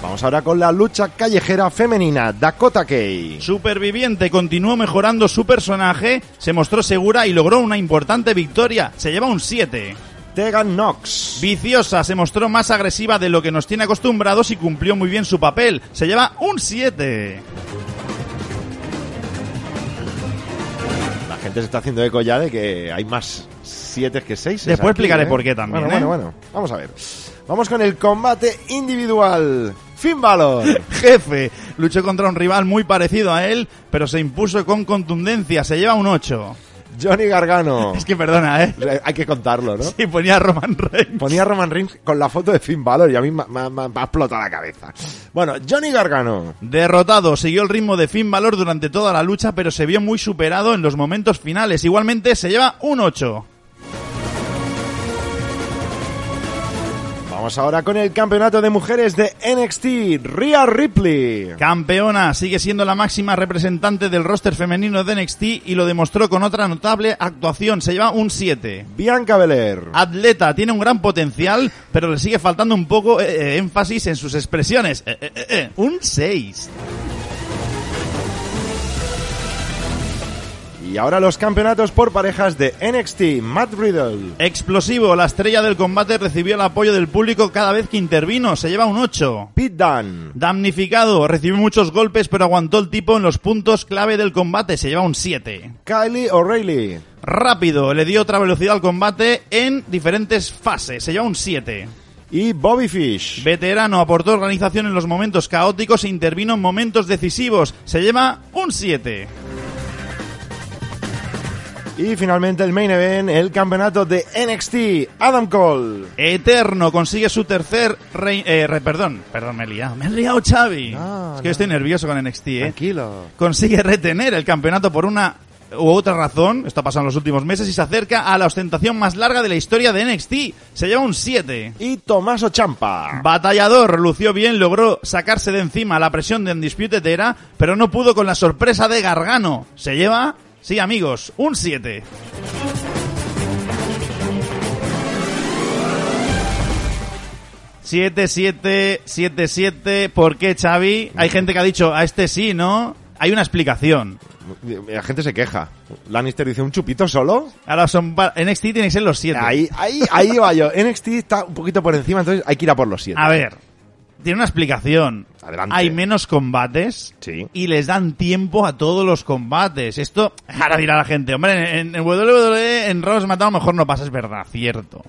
Vamos ahora con la lucha callejera femenina. Dakota Kay.
Superviviente continuó mejorando su personaje, se mostró segura y logró una importante victoria, se lleva un 7.
Tegan Knox.
Viciosa se mostró más agresiva de lo que nos tiene acostumbrados y cumplió muy bien su papel, se lleva un 7.
La gente se está haciendo eco ya de que hay más 7 que 6.
Después explicaré por qué también,
Bueno,
¿eh?
bueno, bueno. Vamos a ver. Vamos con el combate individual.
<laughs>
Finn Balor.
jefe. Luchó contra un rival muy parecido a él, pero se impuso con contundencia. Se lleva un 8.
Johnny Gargano. <laughs>
Es que perdona, ¿eh? <laughs>
O sea, Hay que contarlo, ¿no?
Sí, ponía Roman Reigns.
Ponía Roman Reigns con la foto de Finn Balor y a mí me me- me- me ha explotado la cabeza. Bueno, Johnny Gargano.
Derrotado, siguió el ritmo de Finn Balor durante toda la lucha, pero se vio muy superado en los momentos finales. Igualmente, se lleva un 8.
Vamos ahora con el campeonato de mujeres de NXT, Rhea Ripley.
Campeona, sigue siendo la máxima representante del roster femenino de NXT y lo demostró con otra notable actuación. Se lleva un 7.
Bianca Belair.
atleta, tiene un gran potencial, pero le sigue faltando un poco eh, eh, énfasis en sus expresiones. Eh, eh, eh, eh. Un 6.
Y ahora los campeonatos por parejas de NXT, Matt Riddle.
Explosivo, la estrella del combate recibió el apoyo del público cada vez que intervino, se lleva un 8.
Pete Dunne.
Damnificado, recibió muchos golpes pero aguantó el tipo en los puntos clave del combate, se lleva un 7.
Kylie O'Reilly.
Rápido, le dio otra velocidad al combate en diferentes fases, se lleva un 7.
Y Bobby Fish.
Veterano, aportó organización en los momentos caóticos e intervino en momentos decisivos, se lleva un 7.
Y finalmente el main event, el campeonato de NXT, Adam Cole.
Eterno consigue su tercer rei- eh, re- perdón, perdón, me he liado. Me he liado, Xavi.
No,
es que
no.
estoy nervioso con NXT, eh.
Tranquilo.
Consigue retener el campeonato por una u otra razón, esto ha pasado en los últimos meses, y se acerca a la ostentación más larga de la historia de NXT. Se lleva un 7.
Y Tomaso Champa.
Batallador, lució bien, logró sacarse de encima la presión de Undisputed Era, pero no pudo con la sorpresa de Gargano. Se lleva, sí amigos, un 7. Siete, siete, siete, siete. ¿Por qué, Xavi? Hay gente que ha dicho, a este sí, ¿no? Hay una explicación.
La gente se queja. Lannister dice, ¿un chupito solo?
Ahora son... pa- NXT tiene que ser los siete.
Ahí, ahí, ahí va yo. NXT está un poquito por encima, entonces hay que ir a por los siete.
A ver, tiene una explicación.
Adelante.
Hay menos combates
Sí.
y les dan tiempo a todos los combates. Esto, ahora dirá la gente, hombre, en, en WWE, en Raw se matado, mejor no pasa, es verdad, cierto.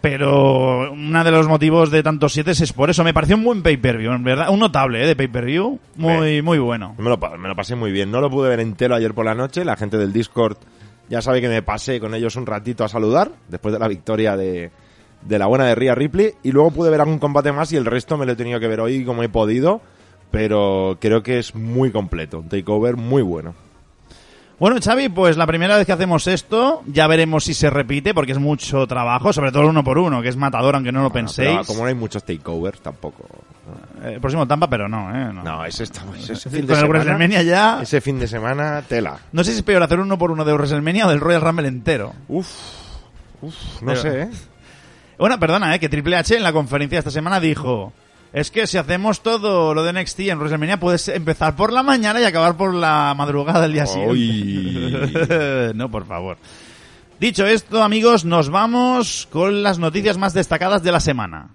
Pero uno de los motivos de tantos siete es por eso. Me pareció un buen pay-per-view, en verdad. Un notable, ¿eh? De pay-per-view. Muy, muy bueno.
Me lo, pa- me lo pasé muy bien. No lo pude ver entero ayer por la noche. La gente del Discord ya sabe que me pasé con ellos un ratito a saludar después de la victoria de, de la buena de Rhea Ripley. Y luego pude ver algún combate más y el resto me lo he tenido que ver hoy como he podido. Pero creo que es muy completo. Un takeover muy bueno.
Bueno, Xavi, pues la primera vez que hacemos esto, ya veremos si se repite, porque es mucho trabajo, sobre todo el uno por uno, que es matador, aunque no lo
Bueno,
penséis.
pero como no hay muchos takeovers, tampoco.
Eh, el próximo Tampa, pero no, ¿eh? No.
No, ese, está- ese
Es decir,
fin
con
de
el
semana.
WrestleMania ya.
Ese fin de semana, tela.
No sé si es peor hacer uno por uno de WrestleMania o del Royal Rumble entero.
Uf, uf, no
Pero-
sé, ¿eh?
Bueno, perdona, ¿eh? que Triple H en la conferencia esta semana dijo: Es que si hacemos todo lo de NXT en WrestleMania, puedes empezar por la mañana y acabar por la madrugada del día siguiente. <laughs>
Uy.
no, por favor. Dicho esto, amigos, nos vamos con las noticias más destacadas de la semana.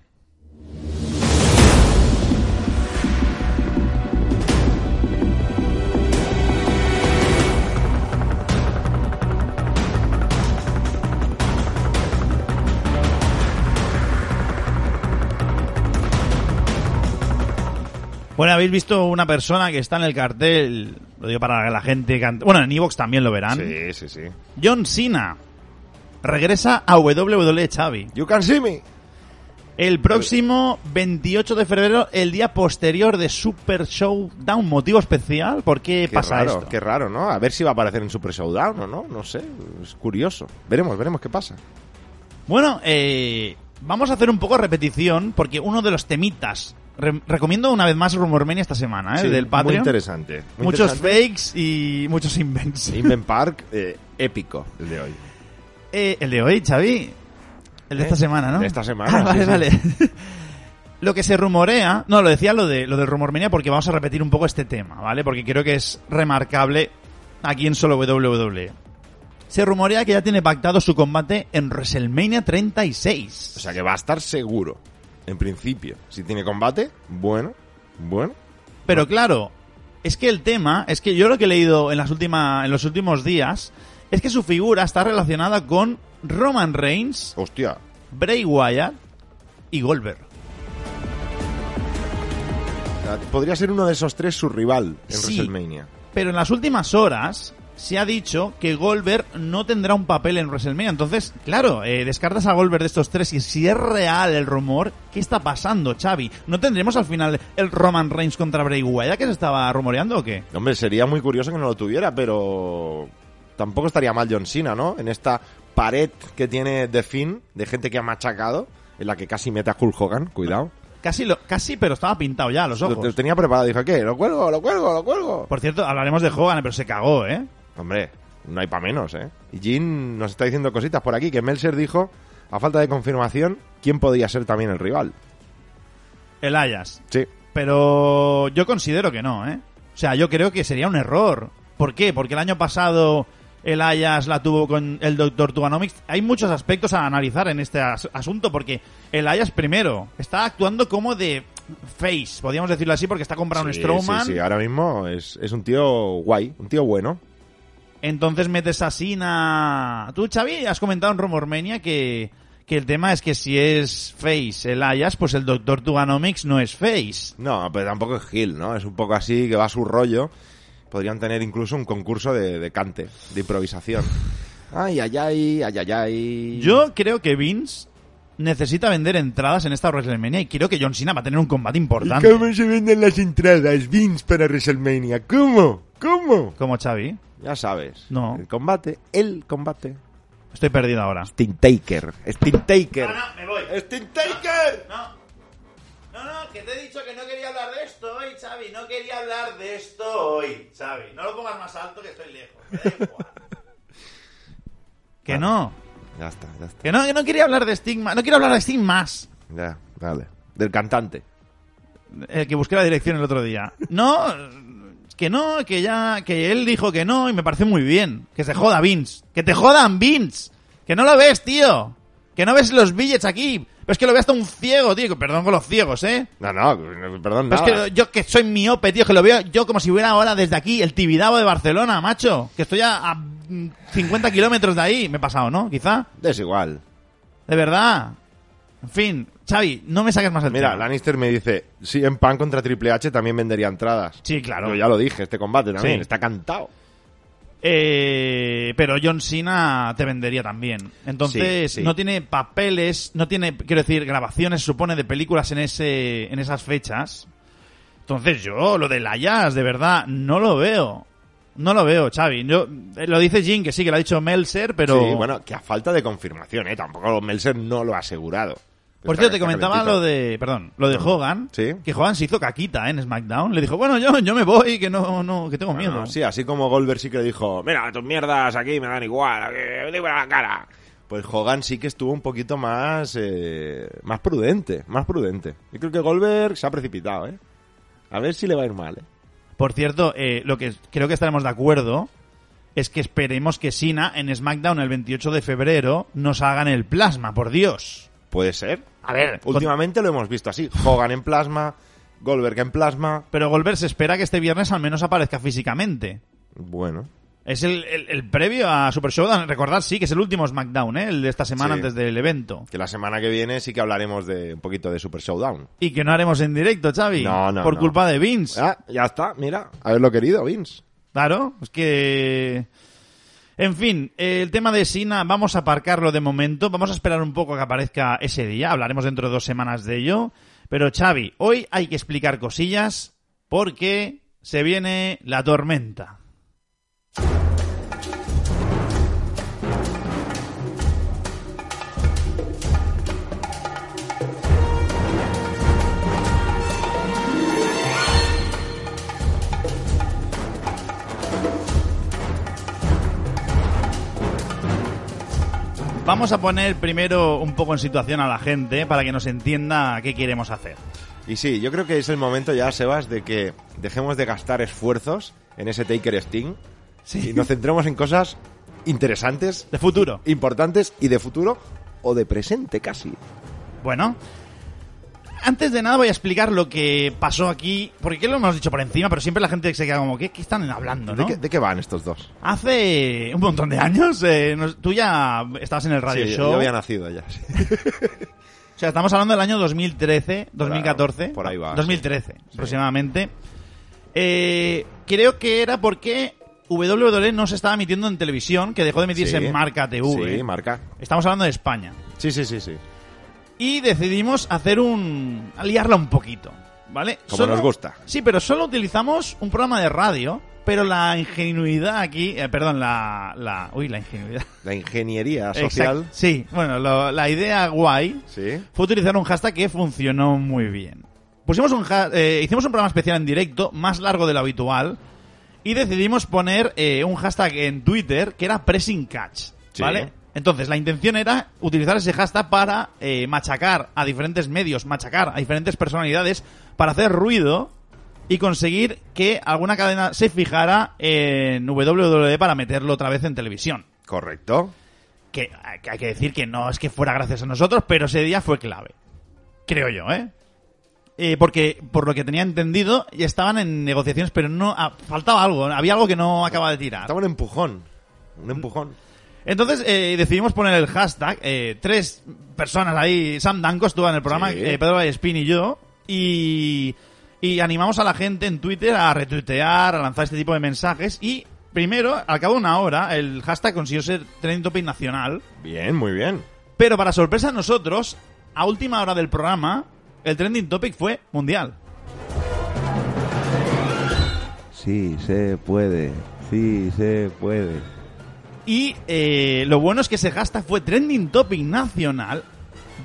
Bueno, habéis visto una persona que está en el cartel, lo digo para la gente que... ant- Bueno, en Evox también lo verán.
Sí, sí, sí.
John Cena regresa a WWE Xavi.
You can see me.
El próximo 28 de febrero, el día posterior de Super Showdown, motivo especial, ¿por qué,
Qué
pasa
raro,
esto?
qué raro, ¿no? A ver si va a aparecer en Super Showdown o no, no sé, es curioso. Veremos, veremos qué pasa.
Bueno, eh, vamos a hacer un poco repetición, porque uno de los temitas... re- recomiendo una vez más Rumormania esta semana, ¿eh?
Sí,
del Patreon.
Muy interesante. muy
muchos
interesante.
fakes y muchos <laughs> invents.
Inven Park, eh, épico el de hoy.
Eh, el de hoy, Xavi. El de
Eh,
esta semana, ¿no?
de esta semana,
Ah, vale,
sí, sí.
vale. <laughs> lo que se rumorea. No, lo decía lo de lo del rumormenia porque vamos a repetir un poco este tema, ¿vale? Porque creo que es remarcable aquí en solo WWE. Se rumorea que ya tiene pactado su combate en WrestleMania 36.
O sea que va a estar seguro, en principio. Si tiene combate, bueno, bueno.
Pero claro, es que el tema, es que yo lo que he leído en, las última, en los últimos días, es que su figura está relacionada con Roman Reigns,
Hostia,
Bray Wyatt y Goldberg.
podría ser uno de esos tres su rival en
Sí.
WrestleMania.
Pero en las últimas horas se ha dicho que Goldberg no tendrá un papel en WrestleMania. Entonces, claro, eh, descartas a Goldberg de estos tres y si es real el rumor, ¿qué está pasando, Xavi? ¿No tendremos al final el Roman Reigns contra Bray Wyatt que se estaba rumoreando o qué?
Hombre, sería muy curioso que no lo tuviera, pero tampoco estaría mal John Cena, ¿no? En esta pared que tiene The Finn, de gente que ha machacado, en la que casi mete a Hulk Hogan, cuidado.
Casi, lo, casi, pero estaba pintado ya a los
Lo, lo
ojos.
tenía preparado, dije, ¿qué? ¿Lo cuelgo? ¿Lo cuelgo? ¿Lo cuelgo?
Por cierto, hablaremos de Hogan, pero se cagó, ¿eh?
Hombre, no hay para menos, ¿eh? Y Jin nos está diciendo cositas por aquí, que Melser dijo, a falta de confirmación, ¿quién podría ser también el rival?
El Ayas.
Sí.
Pero yo considero que no, ¿eh? O sea, yo creo que sería un error. ¿Por qué? Porque el año pasado el Ayas la tuvo con el Doctor Tubanomics. Hay muchos aspectos a analizar en este as- asunto, porque el Ayas, primero, está actuando como de face, podríamos decirlo así, porque está con Braun
Sí,
Strowman.
Sí, sí, ahora mismo es, es un tío guay, un tío bueno.
Entonces metes a Sina. Tú, Xavi, has comentado en Rumormania que, que el tema es que si es face el Ayas, pues el Doctor Tubanomics no es face.
No, pero tampoco es Gil, ¿no? Es un poco así, que va a su rollo. Podrían tener incluso un concurso de, de cante, de improvisación. Ay, ay, ay, ay, ay, ay.
Yo creo que Vince necesita vender entradas en esta WrestleMania y creo que John Cena va a tener un combate importante.
se venden las entradas, Vince, para WrestleMania? ¿Cómo? ¿Cómo?
Como Xavi.
Ya sabes.
No.
El combate, el combate.
Estoy perdido ahora.
Steam Taker. Steam Taker.
No, no, me voy.
Steam Taker.
No. No, no, que te he dicho que no quería hablar de esto hoy, Xavi. No quería hablar de esto hoy, Xavi. No lo pongas más alto que estoy lejos. <laughs> que no.
Ya está, ya está.
Que no, que no quería hablar de Stigma. No quiero hablar de Stigma más.
Ya, vale. Del cantante.
El que busqué la dirección el otro día. No, que no, que ya, que él dijo que no y me parece muy bien. Que se joda Vince. Que te jodan Vince. Que no lo ves, tío. Que no ves los billets aquí. Pero es que lo ve hasta un ciego, tío. Que Perdón con los ciegos, ¿eh?
No, no, perdón,
Pero
nada.
es Pues que yo que soy miope, tío, que lo veo yo como si hubiera ahora desde aquí el Tibidabo de Barcelona, macho. Que estoy a, a, mm, 50 kilómetros de ahí. Me he pasado, ¿no? Quizá.
Es igual.
De verdad. En fin, Xavi, no me saques más el
Mira,
tema.
Lannister me dice, si en Pan contra Triple H también vendería entradas.
Sí, claro.
Yo ya lo dije, este combate también
Sí.
está cantado.
Eh, pero John Cena te vendería también. Entonces,
Sí, sí.
no tiene papeles, no tiene, quiero decir, grabaciones, se supone, de películas en, ese, en esas fechas. Entonces yo, lo de la jazz, de verdad, no lo veo. No lo veo, Xavi. Yo, eh, lo dice Jim, que sí, que lo ha dicho Melser, pero...
Sí, bueno, que a falta de confirmación, ¿eh? Tampoco Melser no lo ha asegurado.
Por
Está-
cierto, te
está
comentaba
calentito.
lo de, perdón, lo de Hogan,
Sí.
que Hogan se hizo caquita eh, en SmackDown. Le dijo, bueno, yo, yo me voy, que no, no, que tengo
No,
miedo.
no, Ah, sí, así como Goldberg sí que le dijo, mira, tus mierdas aquí me dan igual, aquí, me digo la cara. Pues Hogan sí que estuvo un poquito más, eh, más prudente, más prudente. Yo creo que Goldberg se ha precipitado, ¿eh? A ver si le va a ir mal, ¿eh?
Por cierto, eh, lo que creo que estaremos de acuerdo es que esperemos que Sina en SmackDown el 28 de febrero nos hagan el plasma, por Dios.
Puede ser.
A ver,
Últimamente lo hemos visto así. Hogan en plasma, Goldberg en plasma.
pero Golver se espera que este viernes al menos aparezca físicamente.
Bueno.
Es el, el- el previo a Super Showdown. Recordad, sí, que es el último SmackDown, ¿eh? el de esta semana
Sí.
antes del evento.
Que la semana que viene sí que hablaremos de un poquito de Super Showdown.
Y que no haremos en directo, Xavi.
No, no,
por
no.
culpa de Vince.
Ah, ya está, mira. Haberlo querido, Vince.
Claro, es que... En fin, eh, el tema de Sina vamos a aparcarlo de momento, vamos a esperar un poco a que aparezca ese día, hablaremos dentro de dos semanas de ello, pero Xavi, hoy hay que explicar cosillas porque se viene la tormenta. Vamos a poner primero un poco en situación a la gente para que nos entienda qué queremos hacer.
Y sí, yo creo que es el momento ya, Sebas, de que dejemos de gastar esfuerzos en ese Taker Sting y nos centremos en cosas interesantes,
De futuro.
importantes y de futuro o de presente casi.
Bueno, antes de nada voy a explicar lo que pasó aquí, porque lo hemos dicho por encima, pero siempre la gente se queda como, ¿qué, qué están hablando,
¿De,
no?
qué, de qué van estos dos?
Hace un montón de años, eh, nos- tú ya estabas en el radio
Sí, yo-
show.
Yo había nacido ya. sí.
O sea, estamos hablando del año 2013, 2014.
por ahí va,
2013, aproximadamente. Eh, creo que era porque WWE no se estaba emitiendo en televisión, que dejó de emitirse
Sí.
en Marca ¿eh? TV.
Sí, marca.
estamos hablando de España.
Sí, sí, sí, sí.
Y decidimos hacer un... aliarla un poquito, ¿vale?
Como nos gusta.
Sí, pero solo utilizamos un programa de radio, pero la ingenuidad aquí... eh, perdón, la, la... Uy, la ingenuidad.
La ingeniería social.
Exacto. Sí, bueno, lo- la idea guay
Sí.
fue utilizar un hashtag que funcionó muy bien. Pusimos un ha- eh, hicimos un programa especial en directo, más largo de lo habitual, y decidimos poner eh, un hashtag en Twitter que era Pressing Catch,
Sí.
¿vale? Entonces, la intención era utilizar ese hashtag para eh, machacar a diferentes medios, machacar a diferentes personalidades, para hacer ruido y conseguir que alguna cadena se fijara en WWE para meterlo otra vez en televisión
Correcto.
que, que hay que decir que no es que fuera gracias a nosotros, pero ese día fue clave. Creo yo, ¿eh? Eh, porque, por lo que tenía entendido, ya estaban en negociaciones, pero no ah, faltaba algo, había algo que no acaba de tirar.
Estaba un empujón. Un empujón.
Entonces eh, decidimos poner el hashtag, eh, tres personas ahí, Sam Danco estuvo en el programa,
Sí.
eh, Pedro Vallespín y yo, y, y animamos a la gente en Twitter a retuitear, a lanzar este tipo de mensajes, y primero, al cabo de una hora, el hashtag consiguió ser trending topic nacional,
Bien, muy bien.
Pero para sorpresa de nosotros, a última hora del programa, el trending topic fue mundial.
Sí, se puede Sí, se puede.
Y eh, lo bueno es que ese hashtag fue trending topic nacional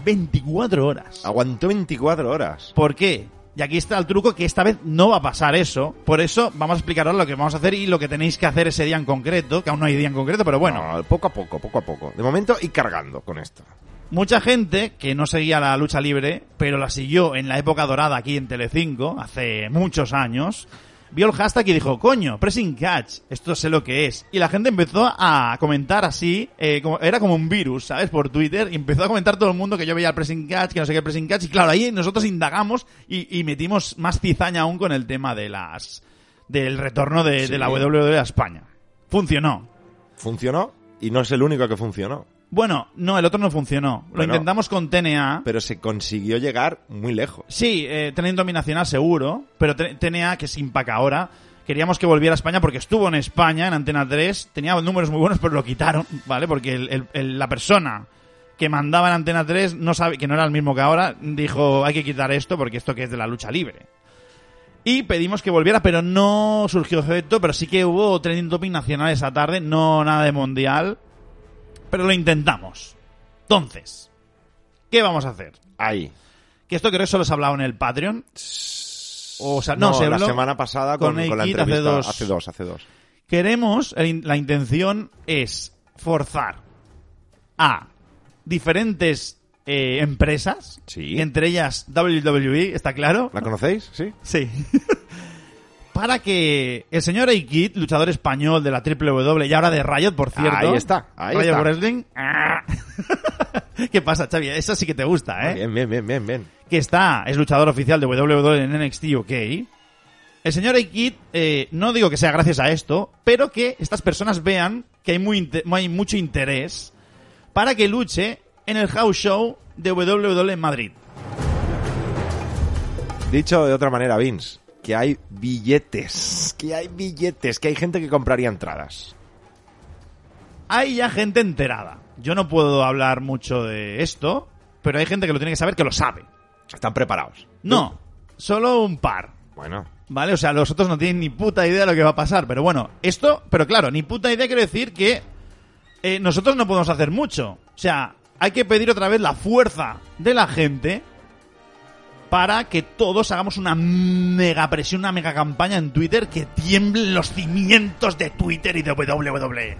24 horas.
Aguantó 24 horas.
¿Por qué? Y aquí está el truco que esta vez no va a pasar eso. Por eso vamos a explicaros lo que vamos a hacer y lo que tenéis que hacer ese día en concreto, que aún no hay día en concreto, pero bueno.
No, Ah, poco a poco, poco a poco. De momento, y cargando con esto.
Mucha gente que no seguía la lucha libre, pero la siguió en la época dorada aquí en Telecinco, hace muchos años, vio el hashtag y dijo, coño, pressing catch, esto sé lo que es. Y la gente empezó a comentar así, eh, como- era como un virus, ¿sabes? Por Twitter, y empezó a comentar todo el mundo que yo veía el pressing catch, que no sé qué el pressing catch, y claro, ahí nosotros indagamos y, y metimos más cizaña aún con el tema de las, del retorno de, de la WWE a España. Funcionó.
Funcionó y no es el único que funcionó.
Bueno, no, el otro no funcionó. Lo
Bueno.
intentamos con TNA.
Pero se consiguió llegar muy lejos.
Sí, eh, teniendo dominacional seguro, pero te- TNA, que es Impact ahora, queríamos que volviera a España porque estuvo en España, en Antena 3, tenía números muy buenos, pero lo quitaron, ¿vale? Porque el- el- el- la persona que mandaba en Antena 3, no sabe, que no era el mismo que ahora, dijo, hay que quitar esto porque esto que es de la lucha libre. Y pedimos que volviera, pero no surgió efecto, pero sí que hubo trending topic nacional esa tarde, no nada de mundial, pero lo intentamos. Entonces, ¿qué vamos a hacer?
Ahí.
Que esto creo que solo se ha hablado en el Patreon. O sea, no, se
la
habló.
semana pasada con,
con
con la
Aikid hace
entrevista.
dos.
Hace dos, hace dos.
Queremos, el in- la intención es forzar a diferentes eh, empresas,
Sí.
entre ellas WWE, está claro.
¿La conocéis? Sí.
Sí. <laughs> Para que el señor Aikid, luchador español de la WWE y ahora de Riot, por cierto.
Ahí está, ahí
Riot
está.
Wrestling. ¡ah! <laughs> ¿Qué pasa, Xavi? Eso sí que te gusta, ¿eh?
Bien, bien, bien, bien, bien.
que está, es luchador oficial de WWE en NXT UK. El señor Aikid, eh, no digo que sea gracias a esto, pero que estas personas vean que hay, muy inte- hay mucho interés para que luche en el house show de WWE en Madrid.
Dicho de otra manera, Vince, que hay billetes. Que hay billetes. Que hay gente que compraría entradas.
Hay ya gente enterada. Yo no puedo hablar mucho de esto, pero hay gente que lo tiene que saber que lo sabe.
Están preparados.
No, solo un par.
Bueno.
¿Vale? O sea, los otros no tienen ni puta idea de lo que va a pasar. Pero bueno, esto, pero claro, ni puta idea quiero decir que eh, nosotros no podemos hacer mucho. O sea, hay que pedir otra vez la fuerza de la gente para que todos hagamos una mega presión, una mega campaña en Twitter que tiemblen los cimientos de Twitter y de E. WWE.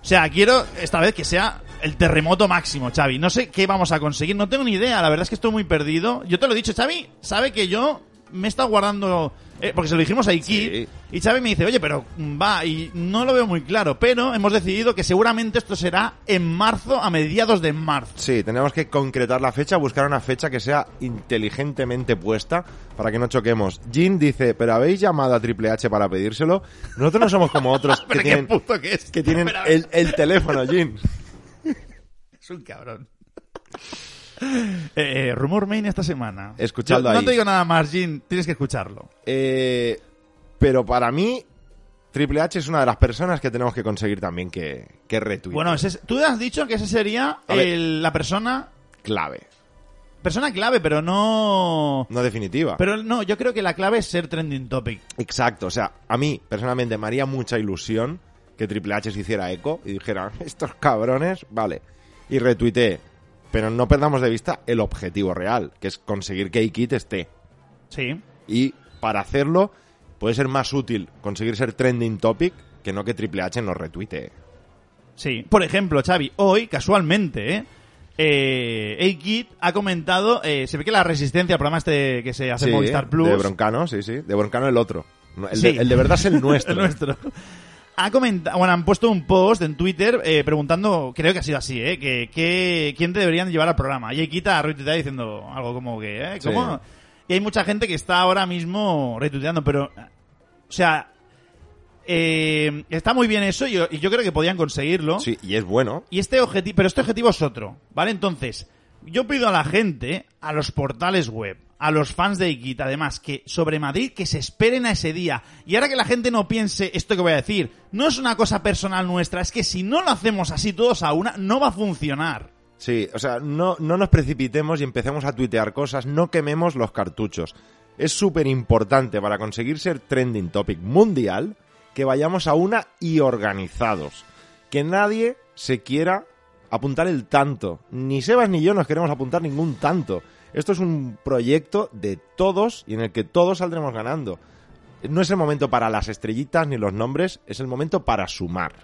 O sea, quiero esta vez que sea el terremoto máximo, Xavi. No sé qué vamos a conseguir, no tengo ni idea. La verdad es que estoy muy perdido. Yo te lo he dicho, Xavi, sabe que yo me he estado guardando... eh, porque se lo dijimos a Iki.
Sí.
Y Xavi me dice, oye, pero mm, va, y no lo veo muy claro. Pero hemos decidido que seguramente esto será en marzo, a mediados de marzo.
Sí, tenemos que concretar la fecha, buscar una fecha que sea inteligentemente puesta para que no choquemos. Jin dice, pero habéis llamado a Triple H para pedírselo. Nosotros no somos como otros que
Pero qué
tienen,
puto que es.
que tienen
Pero,
el, el teléfono, Jin.
Es un cabrón. Eh, eh, rumor main esta semana.
Escuchadlo
Yo No
ahí.
te digo nada más, Jin. Tienes que escucharlo.
Eh, pero para mí, Triple H es una de las personas que tenemos que conseguir también que, que retuite.
Bueno, ese- tú has dicho que ese sería
A ver.
el- la persona
clave,
persona clave, pero no.
no definitiva.
Pero no, yo creo que la clave es ser trending topic.
Exacto, o sea, a mí personalmente me haría mucha ilusión que Triple H se hiciera eco y dijera, <laughs> estos cabrones, vale. Y retuiteé, pero no perdamos de vista el objetivo real, que es conseguir que Ikit esté.
Sí.
Y para hacerlo puede ser más útil conseguir ser trending topic que no que Triple H nos retuite.
Sí. Por ejemplo, Xavi, hoy, casualmente, ¿eh? Eh, A-Kid ha comentado, eh, se ve que la resistencia, el programa este que se hace en Movistar Plus,
De Broncano, sí, sí. De Broncano el otro. No, El,
Sí.
de, el de verdad
<laughs>
es el nuestro.
el nuestro, ha comentado, bueno, han puesto un post en Twitter eh, preguntando, creo que ha sido así, ¿eh? Que, que- quién te deberían llevar al programa. Y Aikid ha retuiteado diciendo algo como que, ¿eh?
Sí.
¿Cómo? Y hay mucha gente que está ahora mismo retuiteando, pero, o sea, eh, está muy bien eso y yo, y yo creo que podían conseguirlo.
Sí, y es bueno.
Y este objetivo, pero este objetivo es otro, ¿vale? Entonces, yo pido a la gente, a los portales web, a los fans de Iquita, además, que sobre Madrid, que se esperen a ese día. Y ahora que la gente no piense esto que voy a decir, no es una cosa personal nuestra, es que si no lo hacemos así todos a una, no va a funcionar.
Sí, o sea, no, no nos precipitemos y empecemos a tuitear cosas, no quememos los cartuchos. es súper importante para conseguir ser trending topic mundial que vayamos a una y organizados. Que nadie se quiera apuntar el tanto. Ni Sebas ni yo nos queremos apuntar ningún tanto. Esto es un proyecto de todos y en el que todos saldremos ganando. No es el momento para las estrellitas ni los nombres, es el momento para sumar.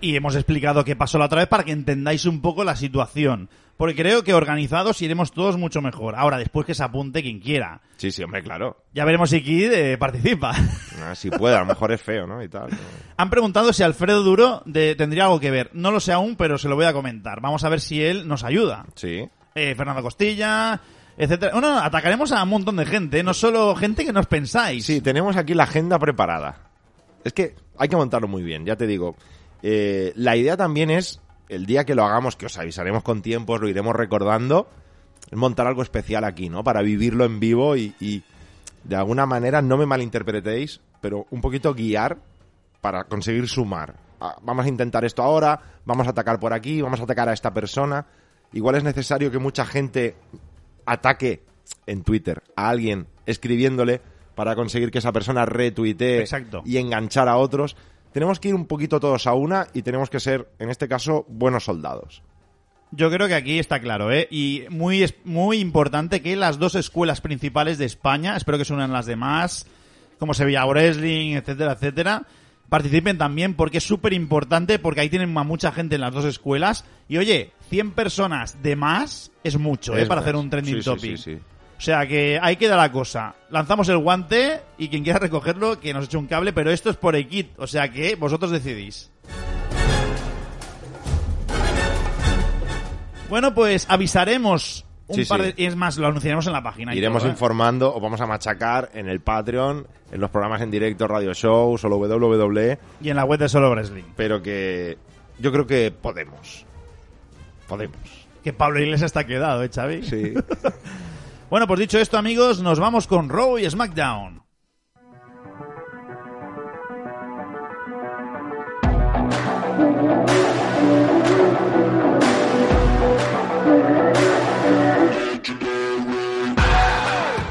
Y hemos explicado qué pasó la otra vez para que entendáis un poco la situación. Porque creo que organizados iremos todos mucho mejor. Ahora, después que se apunte quien quiera.
Sí, sí, hombre, claro.
Ya veremos si Kid eh, participa. <laughs>
Ah, si puede, a lo mejor es feo, ¿no? Y tal.
Han preguntado si Alfredo Duro de- tendría algo que ver. No lo sé aún, pero se lo voy a comentar. Vamos a ver si él nos ayuda.
Sí.
Eh, Fernando Costilla, etcétera. Bueno, atacaremos a un montón de gente, no solo gente que nos pensáis.
Sí, tenemos aquí la agenda preparada. Es que hay que montarlo muy bien, ya te digo. Eh, la idea también es, el día que lo hagamos, que os avisaremos con tiempo, os lo iremos recordando, es montar algo especial aquí, ¿no? Para vivirlo en vivo y, y de alguna manera, no me malinterpretéis, pero un poquito guiar para conseguir sumar. Ah, Vamos a intentar esto ahora, vamos a atacar por aquí, vamos a atacar a esta persona. Igual es necesario que mucha gente ataque en Twitter a alguien escribiéndole para conseguir que esa persona retuitee
Exacto.
y enganchar a otros. Tenemos que ir un poquito todos a una y tenemos que ser, en este caso, buenos soldados.
Yo creo que aquí está claro, ¿eh? Y muy, es- muy importante que las dos escuelas principales de España, espero que se unan las demás, como Sevilla Wrestling, etcétera, etcétera, participen también porque es súper importante porque ahí tienen a mucha gente en las dos escuelas. Y oye, 100 personas de más es mucho, ¿eh?
Es
Para
más.
hacer un trending
Sí, sí,
topic.
sí, sí.
O sea que ahí queda la cosa. Lanzamos el guante y quien quiera <laughs> recogerlo, que nos eche un cable, pero esto es por Equit, o sea que vosotros decidís. Bueno, pues avisaremos un
Sí,
par
sí.
de... Y es más, lo anunciaremos en la página. y
Iremos
todo, ¿eh?
informando, o vamos a machacar en el Patreon, en los programas en directo, radio shows, o E, lo www,
Y en la web de Solo Wrestling.
pero que yo creo que podemos. Podemos.
Que Pablo Iglesias está quedado, ¿eh, Xavi?
<laughs> Sí.
Bueno, pues dicho esto, amigos, nos vamos con Raw y SmackDown.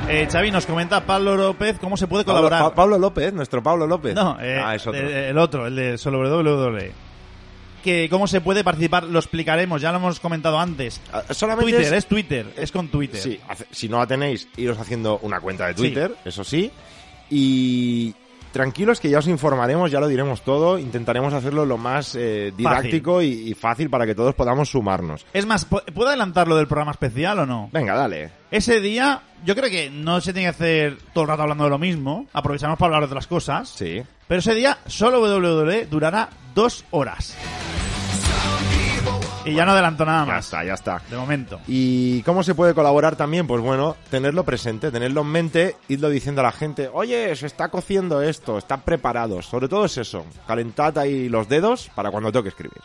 Eh, Xavi, nos comenta Pablo López cómo se puede
Pablo,
colaborar.
Pa- Pablo López, nuestro Pablo <laughs> López.
No, eh,
ah, es otro.
de- el otro, el de solo WWE. Que cómo se puede participar, lo explicaremos, ya lo hemos comentado antes.
Ah, Solamente
Twitter,
es-
es Twitter, es con Twitter.
Sí, hace- si no la tenéis, iros haciendo una cuenta de Twitter, eso sí. Y tranquilos que ya os informaremos, ya lo diremos todo. Intentaremos hacerlo lo más eh, didáctico y, y fácil para que todos podamos sumarnos.
Es más, ¿pu- ¿puedo adelantar lo del programa especial o no?
Venga, dale.
Ese día, yo creo que no se tiene que hacer todo el rato hablando de lo mismo. Aprovechamos para hablar de otras cosas.
Sí.
Pero ese día, solo WWE durará dos horas. Y ya no adelanto nada
Ya
más,
está, ya está.
de momento.
¿Y cómo se puede colaborar también? Pues bueno, tenerlo presente, tenerlo en mente, irlo diciendo a la gente, oye, se está cociendo esto, están preparados. Sobre todo es eso, calentad ahí los dedos para cuando toque escribir.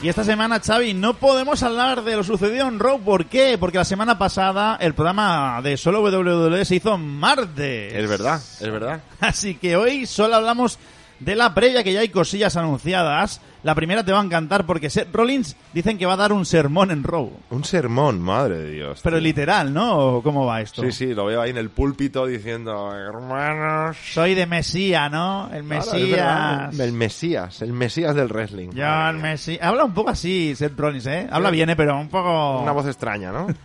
Y esta semana, Xavi, no podemos hablar de lo sucedido en Raw. ¿Por qué? Porque la semana pasada el programa de solo WWE se hizo martes.
Es verdad, es verdad.
<laughs> Así que hoy solo hablamos de la previa, que ya hay cosillas anunciadas. La primera te va a encantar porque Seth Rollins dicen que va a dar un sermón en Raw.
Un sermón, madre de Dios.
Pero
tío.
literal, ¿no? ¿O ¿Cómo va esto?
Sí, sí, lo veo ahí en el púlpito diciendo, hermanos.
Soy de Mesía, ¿no? El
Claro, es verdad,
Mesías.
el Mesías, el Mesías del wrestling.
John Mesías. Habla un poco así, Seth Rollins, ¿eh? Habla bien, ¿eh? Pero un poco...
Una voz
<laughs>
extraña, ¿no?
Y,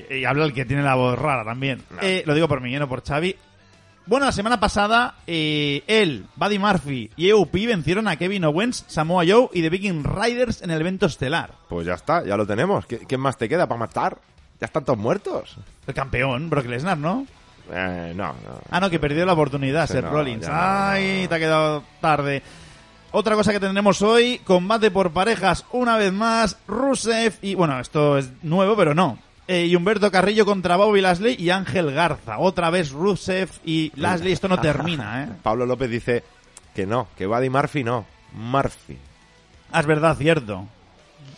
Eh, y- y habla el que tiene la voz rara también. Eh, lo digo por mí, eh, no por Xavi. Bueno, la semana pasada, eh, él, Buddy Murphy y EUP vencieron a Kevin Owens, Samoa Joe y The Viking Riders en el evento estelar.
Pues ya está, ya lo tenemos. ¿Qué, qué más te queda para matar? ¿Ya están todos muertos?
El campeón, Brock Lesnar, ¿no?
Eh, no, no.
Ah, no, que perdió la oportunidad,
Sí,
Seth
no,
Rollins.
ya no,
Ay,
no.
te ha quedado tarde. Otra cosa que tendremos hoy, combate por parejas una vez más, Rusev y... Bueno, esto es nuevo, pero no. Eh, y Humberto Carrillo contra Bobby Lashley y Ángel Garza. Otra vez Rusev y Lashley. Esto no termina, ¿eh?
<laughs> Pablo López dice que no, que Buddy Murphy no. Murphy.
Ah, es verdad, cierto.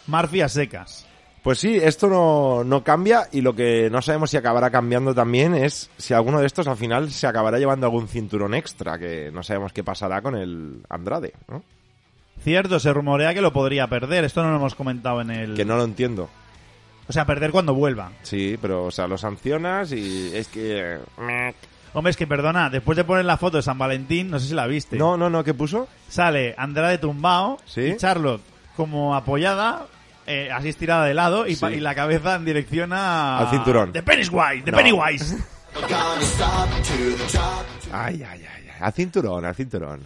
Murphy a secas.
Pues sí, esto no, no cambia y lo que no sabemos si acabará cambiando también es si alguno de estos al final se acabará llevando algún cinturón extra, que no sabemos qué pasará con el Andrade, ¿no?
Cierto, se rumorea que lo podría perder. Esto no lo hemos comentado en el...
Que no lo entiendo.
O sea, perder cuando vuelva.
Sí, pero, o sea, lo sancionas y es que...
Hombre, es que perdona, después de poner la foto de San Valentín, no sé si la viste.
No, no, no, ¿qué puso?
Sale Andrade tumbao
Sí.
y Charlotte como apoyada, eh, así estirada de lado y, pa-
Sí.
y la cabeza en dirección a...
Al cinturón.
De Pennywise, de
No. <laughs>
Pennywise.
Ay, ay, ay, ay. Al cinturón, al cinturón.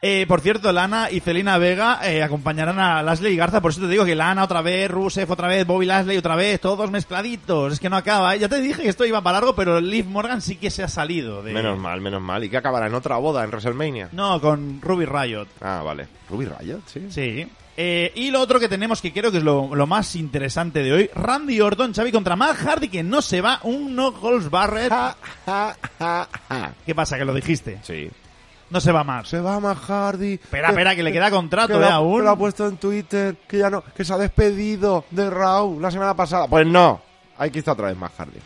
Eh, por cierto, Lana y Celina Vega eh, acompañarán a Lashley y Garza. Por eso te digo que Lana otra vez, Rusev otra vez, Bobby Lashley otra vez, todos mezcladitos. Es que no acaba. ¿eh? Ya te dije que esto iba para largo, pero Liv Morgan sí que se ha salido. De...
Menos mal, menos mal. ¿Y qué acabará en otra boda en WrestleMania?
No, con Ruby Riot.
Ah, vale. Ruby Riot, sí.
Sí. Eh, y lo otro que tenemos, que creo que es lo, lo más interesante de hoy, Randy Orton, Xavi contra Matt Hardy, que no se va, un no goals barrer.
Ja, ja, ja, ja.
¿Qué pasa? Que lo dijiste.
Sí.
No se va más.
Se va Matt Hardy.
Espera, espera, que le queda contrato,
lo-
eh, aún.
que lo ha puesto en Twitter, que ya no, que se ha despedido de Raúl la semana pasada. Pues no, hay que estar otra vez Matt Hardy.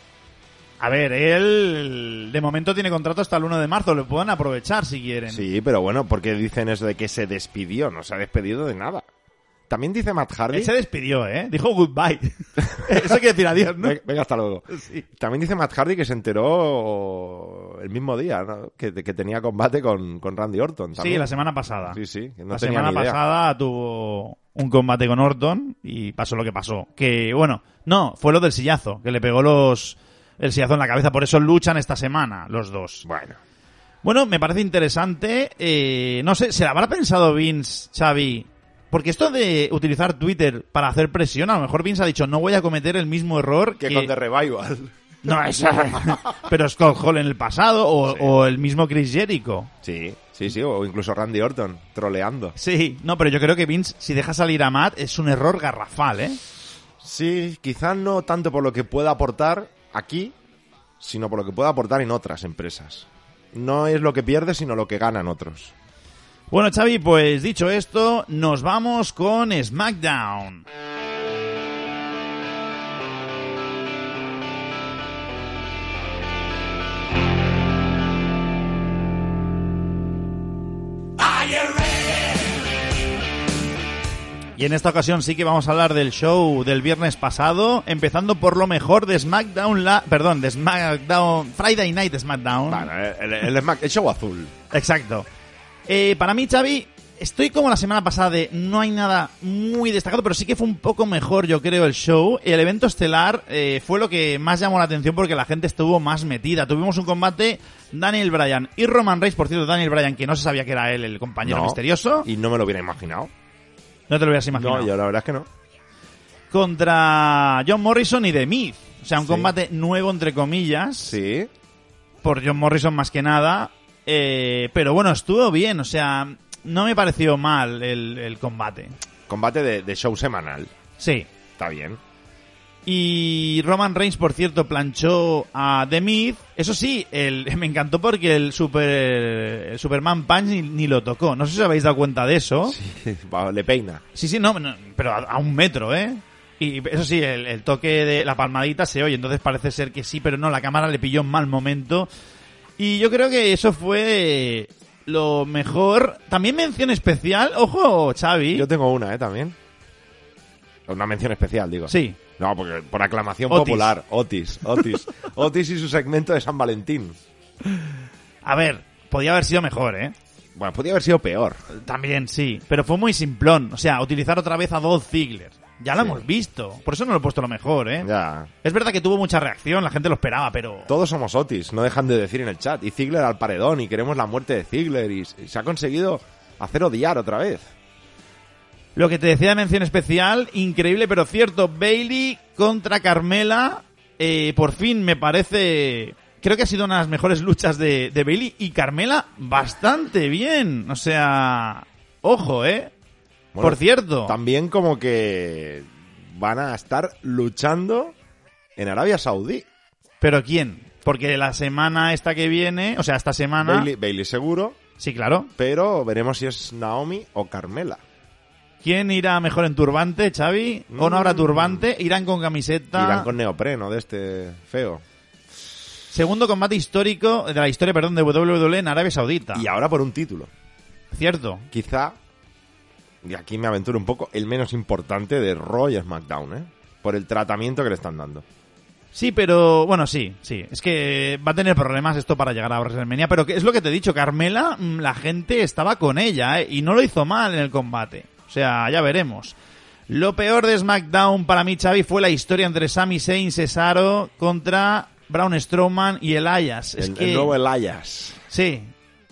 A ver, él de momento tiene contrato hasta el 1 de marzo, lo pueden aprovechar si quieren.
Sí, pero bueno, porque dicen eso de que se despidió? No se ha despedido de nada. También dice Matt Hardy.
Él se despidió, ¿eh? Dijo goodbye. <laughs> Eso quiere decir adiós, ¿no?
Ve- Venga, hasta luego.
Sí.
También dice Matt Hardy que se enteró el mismo día ¿no? que, que tenía combate con, con Randy Orton. También.
Sí, la semana pasada.
Sí, sí, que no
la
tenía
semana
ni idea.
pasada tuvo un combate con Orton y pasó lo que pasó. Que, bueno, no, fue lo del sillazo, que le pegó los el sillazo en la cabeza. Por eso luchan esta semana los dos.
Bueno,
Bueno, me parece interesante. eh, no sé, ¿se la habrá pensado Vince, Xavi? Porque esto de utilizar Twitter para hacer presión, a lo mejor Vince ha dicho, no voy a cometer el mismo error
que
que...
con The Revival.
<laughs> No, eso... <laughs> Pero Scott Hall en el pasado o, o el mismo Chris Jericho.
Sí, sí, sí, o incluso Randy Orton troleando.
Sí, no, pero yo creo que Vince, si deja salir a Matt, es un error garrafal, ¿eh?
Sí, quizás no tanto por lo que pueda aportar aquí, sino por lo que pueda aportar en otras empresas. No es lo que pierde, sino lo que ganan otros.
Bueno, Xavi, pues dicho esto, nos vamos con SmackDown. Y en esta ocasión sí que vamos a hablar del show del viernes pasado, empezando por lo mejor de SmackDown, la, perdón, de SmackDown, Friday Night SmackDown.
Bueno, el, el- el Smack- el show azul.
Exacto. Eh, para mí, Xavi, estoy como la semana pasada de no hay nada muy destacado, pero sí que fue un poco mejor, yo creo, el show. El evento estelar eh, fue lo que más llamó la atención porque la gente estuvo más metida. Tuvimos un combate Daniel Bryan y Roman Reigns, por cierto, Daniel Bryan, que no se sabía que era él el compañero
No,
misterioso.
Y no me lo hubiera imaginado.
No te lo hubieras imaginado.
No, yo la verdad es que no.
Contra John Morrison y The Miz. O sea, un
Sí.
combate nuevo, entre comillas.
Sí.
por John Morrison más que nada. eh, pero bueno, estuvo bien, o sea, no me pareció mal el, el combate.
Combate de, de show semanal.
Sí.
Está bien.
Y Roman Reigns, por cierto, planchó a The Miz. Eso sí, el, <laughs> me encantó porque el, super, el Superman Punch ni, ni lo tocó. No sé si os habéis dado cuenta de eso. Sí,
Va, Le peina.
sí, no, no, pero a, a un metro, ¿eh? Y eso sí, el, el toque de la palmadita se oye, entonces parece ser que sí, pero no, la cámara le pilló en mal momento. Y yo creo que eso fue lo mejor. También mención especial, ojo, Xavi.
Yo tengo una, ¿eh? También. Una mención especial, digo.
Sí.
No, porque por aclamación
Otis.
popular. Otis, Otis. <laughs> Otis y su segmento de San Valentín.
A ver, podía haber sido mejor, ¿eh?
Bueno, podía haber sido peor.
También sí, pero fue muy simplón. O sea, utilizar otra vez a Dolph Ziggler. Ya lo
Sí.
hemos visto. Por eso no lo he puesto lo mejor, ¿eh?
Ya.
Es verdad que tuvo mucha reacción, la gente lo esperaba, pero...
Todos somos Otis, no dejan de decir en el chat. Y Ziggler al paredón y queremos la muerte de Ziggler y s- se ha conseguido hacer odiar otra vez.
Lo que te decía de mención especial, increíble pero cierto, Bailey contra Carmela, eh, por fin me parece... Creo que ha sido una de las mejores luchas de, de Bailey y Carmela bastante bien. O sea... Ojo, ¿eh?
Bueno,
por cierto.
También como que van a estar luchando en Arabia Saudí.
¿Pero quién? Porque la semana esta que viene, o sea, esta semana...
Bailey, Bailey seguro,
Sí, claro.
pero veremos si es Naomi o Carmela.
¿Quién irá mejor en turbante, Xavi? ¿O no habrá turbante? ¿Irán con camiseta?
Mm. Irán con neopreno de este feo.
Segundo combate histórico de la historia, perdón, de WWE en Arabia Saudita.
Y ahora por un título.
Cierto.
Quizá, y aquí me aventuro un poco, el menos importante de Roy SmackDown, ¿eh? por el tratamiento que le están dando.
Sí, pero bueno, sí, sí. Es que va a tener problemas esto para llegar a WrestleMania, pero que- es lo que te he dicho, Carmela, mm, la gente estaba con ella ¿eh? y no lo hizo mal en el combate. O sea, ya veremos. Lo peor de SmackDown para mí, Xavi, fue la historia entre Sami Zayn, Cesaro contra Braun Strowman y Elias. Es
el,
que...
el nuevo Elias.
Sí.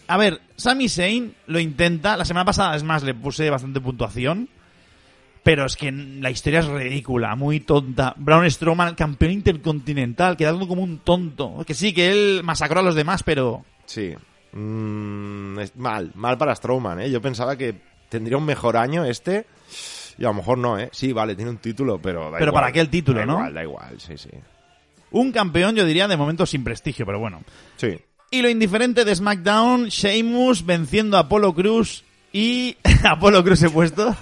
A ver, Sami Zayn lo intenta. La semana pasada, es más, le puse bastante puntuación. Pero es que la historia es ridícula, muy tonta. Braun Strowman, campeón intercontinental, quedando como un tonto. Que sí, que él masacró a los demás, pero...
Sí. Mm, es mal, mal para Strowman, ¿eh? Yo pensaba que tendría un mejor año este. Y a lo mejor no, ¿eh? Sí, vale, tiene un título, pero da
Pero
igual.
para qué el título,
Da
¿no?
Igual, da igual, sí, sí.
Un campeón, yo diría, de momento sin prestigio, pero bueno.
Sí.
Y lo indiferente de SmackDown, Sheamus venciendo a Apolo Cruz y... <laughs> Apolo Cruz he puesto.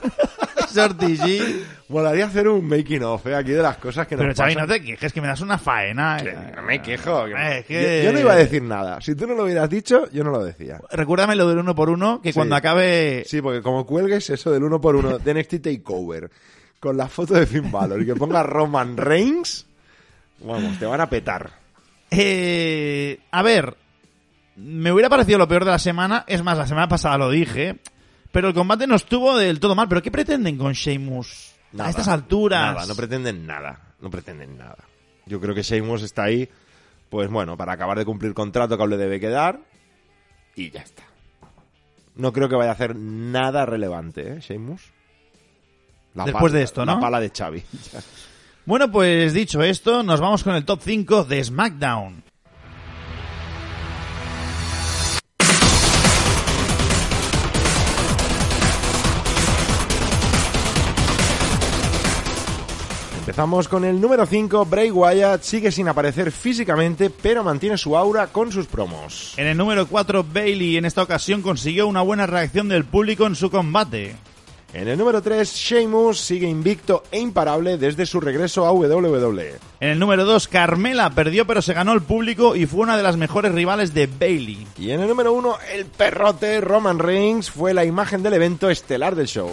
Shorty G.
<laughs> Molaría hacer un making of, ¿eh? Aquí de las cosas que
Pero
nos
Xavi,
pasan.
no te quejes, que me das una faena.
Que no me quejo. que no-
Eh, que-
Yo, yo no iba a decir nada. Si tú no lo hubieras dicho, yo no lo decía.
Recuérdame lo del uno por uno, que
Sí.
cuando acabe...
Sí, porque como cuelgues eso del uno por uno de NXT Takeover con la foto de Finn Balor y que ponga Roman Reigns, vamos, te van a petar.
Eh, a ver, me hubiera parecido lo peor de la semana. Es más, la semana pasada lo dije. Pero el combate no estuvo del todo mal. ¿Pero qué pretenden con Sheamus?
Nada,
a estas alturas.
Nada, no pretenden nada. No pretenden nada. Yo creo que Sheamus está ahí, pues bueno, para acabar de cumplir contrato que le debe quedar y ya está. No creo que vaya a hacer nada relevante, ¿eh, Sheamus? La
Después
pala-
de esto, ¿no?
La pala de Xavi.
Bueno, pues dicho esto, nos vamos con el top 5 de SmackDown.
Empezamos con el número 5, Bray Wyatt sigue sin aparecer físicamente, pero mantiene su aura con sus promos.
En el número 4, Bailey en esta ocasión consiguió una buena reacción del público en su combate.
En el número 3, Sheamus sigue invicto e imparable desde su regreso a E. WWE.
En el número 2, Carmela perdió pero se ganó el público y fue una de las mejores rivales de Bailey.
Y en el número 1, el perrote Roman Reigns fue la imagen del evento estelar del show.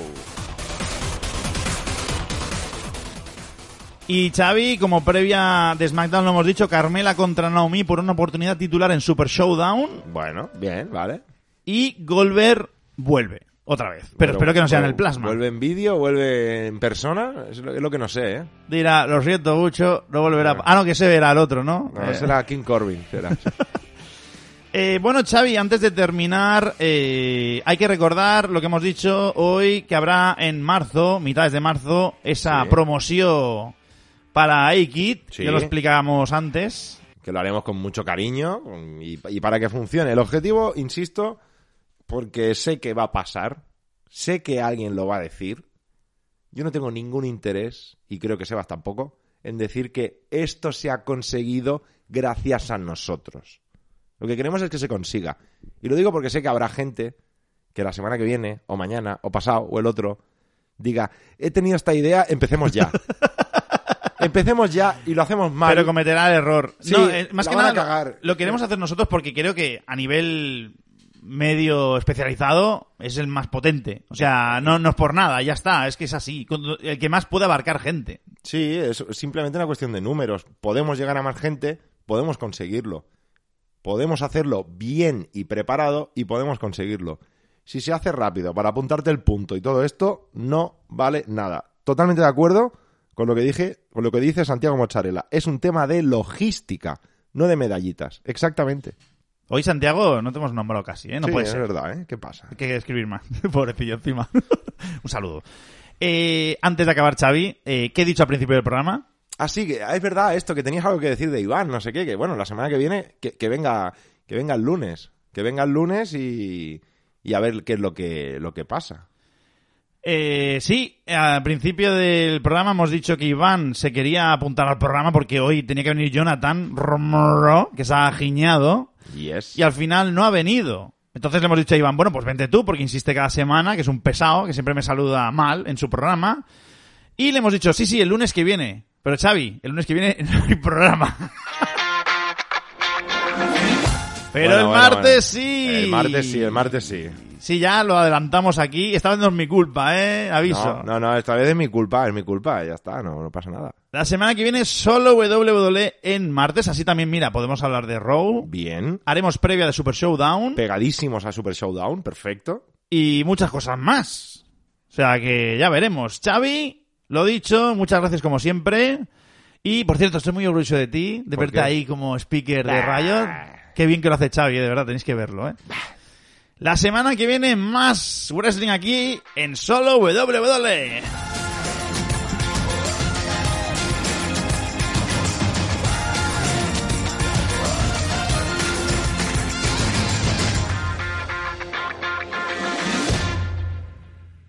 Y Xavi, como previa de SmackDown lo hemos dicho, Carmela contra Naomi por una oportunidad titular en Super Showdown
Bueno, bien, vale.
y Goldberg vuelve otra vez. Pero espero que no sea en el plasma.
¿Vuelve en vídeo? ¿Vuelve en persona? Es lo, es lo que no sé, ¿eh?
Dirá, lo siento mucho, no volverá. Ah, no, que se verá el otro, ¿no?
No,
Eh,
será King Corbin, <laughs> será.
eh, bueno, Xavi, antes de terminar, eh, hay que recordar lo que hemos dicho hoy, que habrá en marzo, mitades de marzo, esa
Sí.
promoción para A-Kid,
Sí.
ya lo explicábamos antes.
que lo haremos con mucho cariño con- y, y para que funcione. El objetivo, insisto, porque sé que va a pasar, sé que alguien lo va a decir. Yo no tengo ningún interés, y creo que Sebas tampoco, en decir que esto se ha conseguido gracias a nosotros. Lo que queremos es que se consiga. Y lo digo porque sé que habrá gente que la semana que viene, o mañana, o pasado, o el otro, diga, he tenido esta idea, empecemos ya. empecemos ya y lo hacemos mal.
Pero cometerá el error.
Sí,
no, eh, más
la
que
van a
nada, lo-
cagar.
lo queremos hacer nosotros porque creo que a nivel medio especializado es el más potente. O sea, no, no es por nada, ya está, es que es así. Con- El que más puede abarcar gente.
Sí, es simplemente una cuestión de números. Podemos llegar a más gente, podemos conseguirlo. Podemos hacerlo bien y preparado y podemos conseguirlo. Si se hace rápido para apuntarte el punto y todo esto, no vale nada. Totalmente de acuerdo con lo que dije, con lo que dice Santiago Mocharela. Es un tema de logística, no de medallitas. Exactamente.
Hoy, Santiago, no te hemos nombrado casi, ¿eh? No
Sí,
puede
es
ser.
verdad, ¿eh? ¿Qué pasa?
Hay que escribir más. <laughs> Pobrecillo, encima. <laughs> Un saludo. Eh, antes de acabar, Xavi, eh, ¿qué he dicho al principio del programa?
Así Ah, que es verdad esto que tenías algo que decir de Iván, no sé qué, que bueno, la semana que viene que, que venga que venga el lunes, que venga el lunes y, y a ver qué es lo que lo que pasa.
Eh, sí, al principio del programa hemos dicho que Iván se quería apuntar al programa porque hoy tenía que venir Jonathan, Romero, que se ha giñado,
Y es
y al final no ha venido. Entonces le hemos dicho a Iván, bueno, pues vente tú, porque insiste cada semana, que es un pesado, que siempre me saluda mal en su programa. Y le hemos dicho, sí, sí, el lunes que viene. Pero Xavi, el lunes que viene <laughs> no hay programa. Pero
Bueno,
el
bueno,
martes
bueno.
sí.
El martes sí, el martes sí.
Sí, ya lo adelantamos aquí. Esta vez no es mi culpa, ¿eh? Aviso.
No, no, no, esta vez es mi culpa, es mi culpa, ya está, no, no pasa nada.
La semana que viene solo WWE en martes, así también, mira, podemos hablar de Raw.
Bien.
Haremos previa de Super Showdown
Pegadísimos a Super Showdown, perfecto.
y muchas cosas más. O sea que ya veremos. Xavi, lo dicho, muchas gracias como siempre. Y por cierto, estoy muy orgulloso de ti, de
¿Por
verte
qué?
ahí como speaker de Riot. Qué bien que lo hace Xavi, eh, de verdad, tenéis que verlo, ¿eh? La semana que viene más wrestling aquí en solo WWE.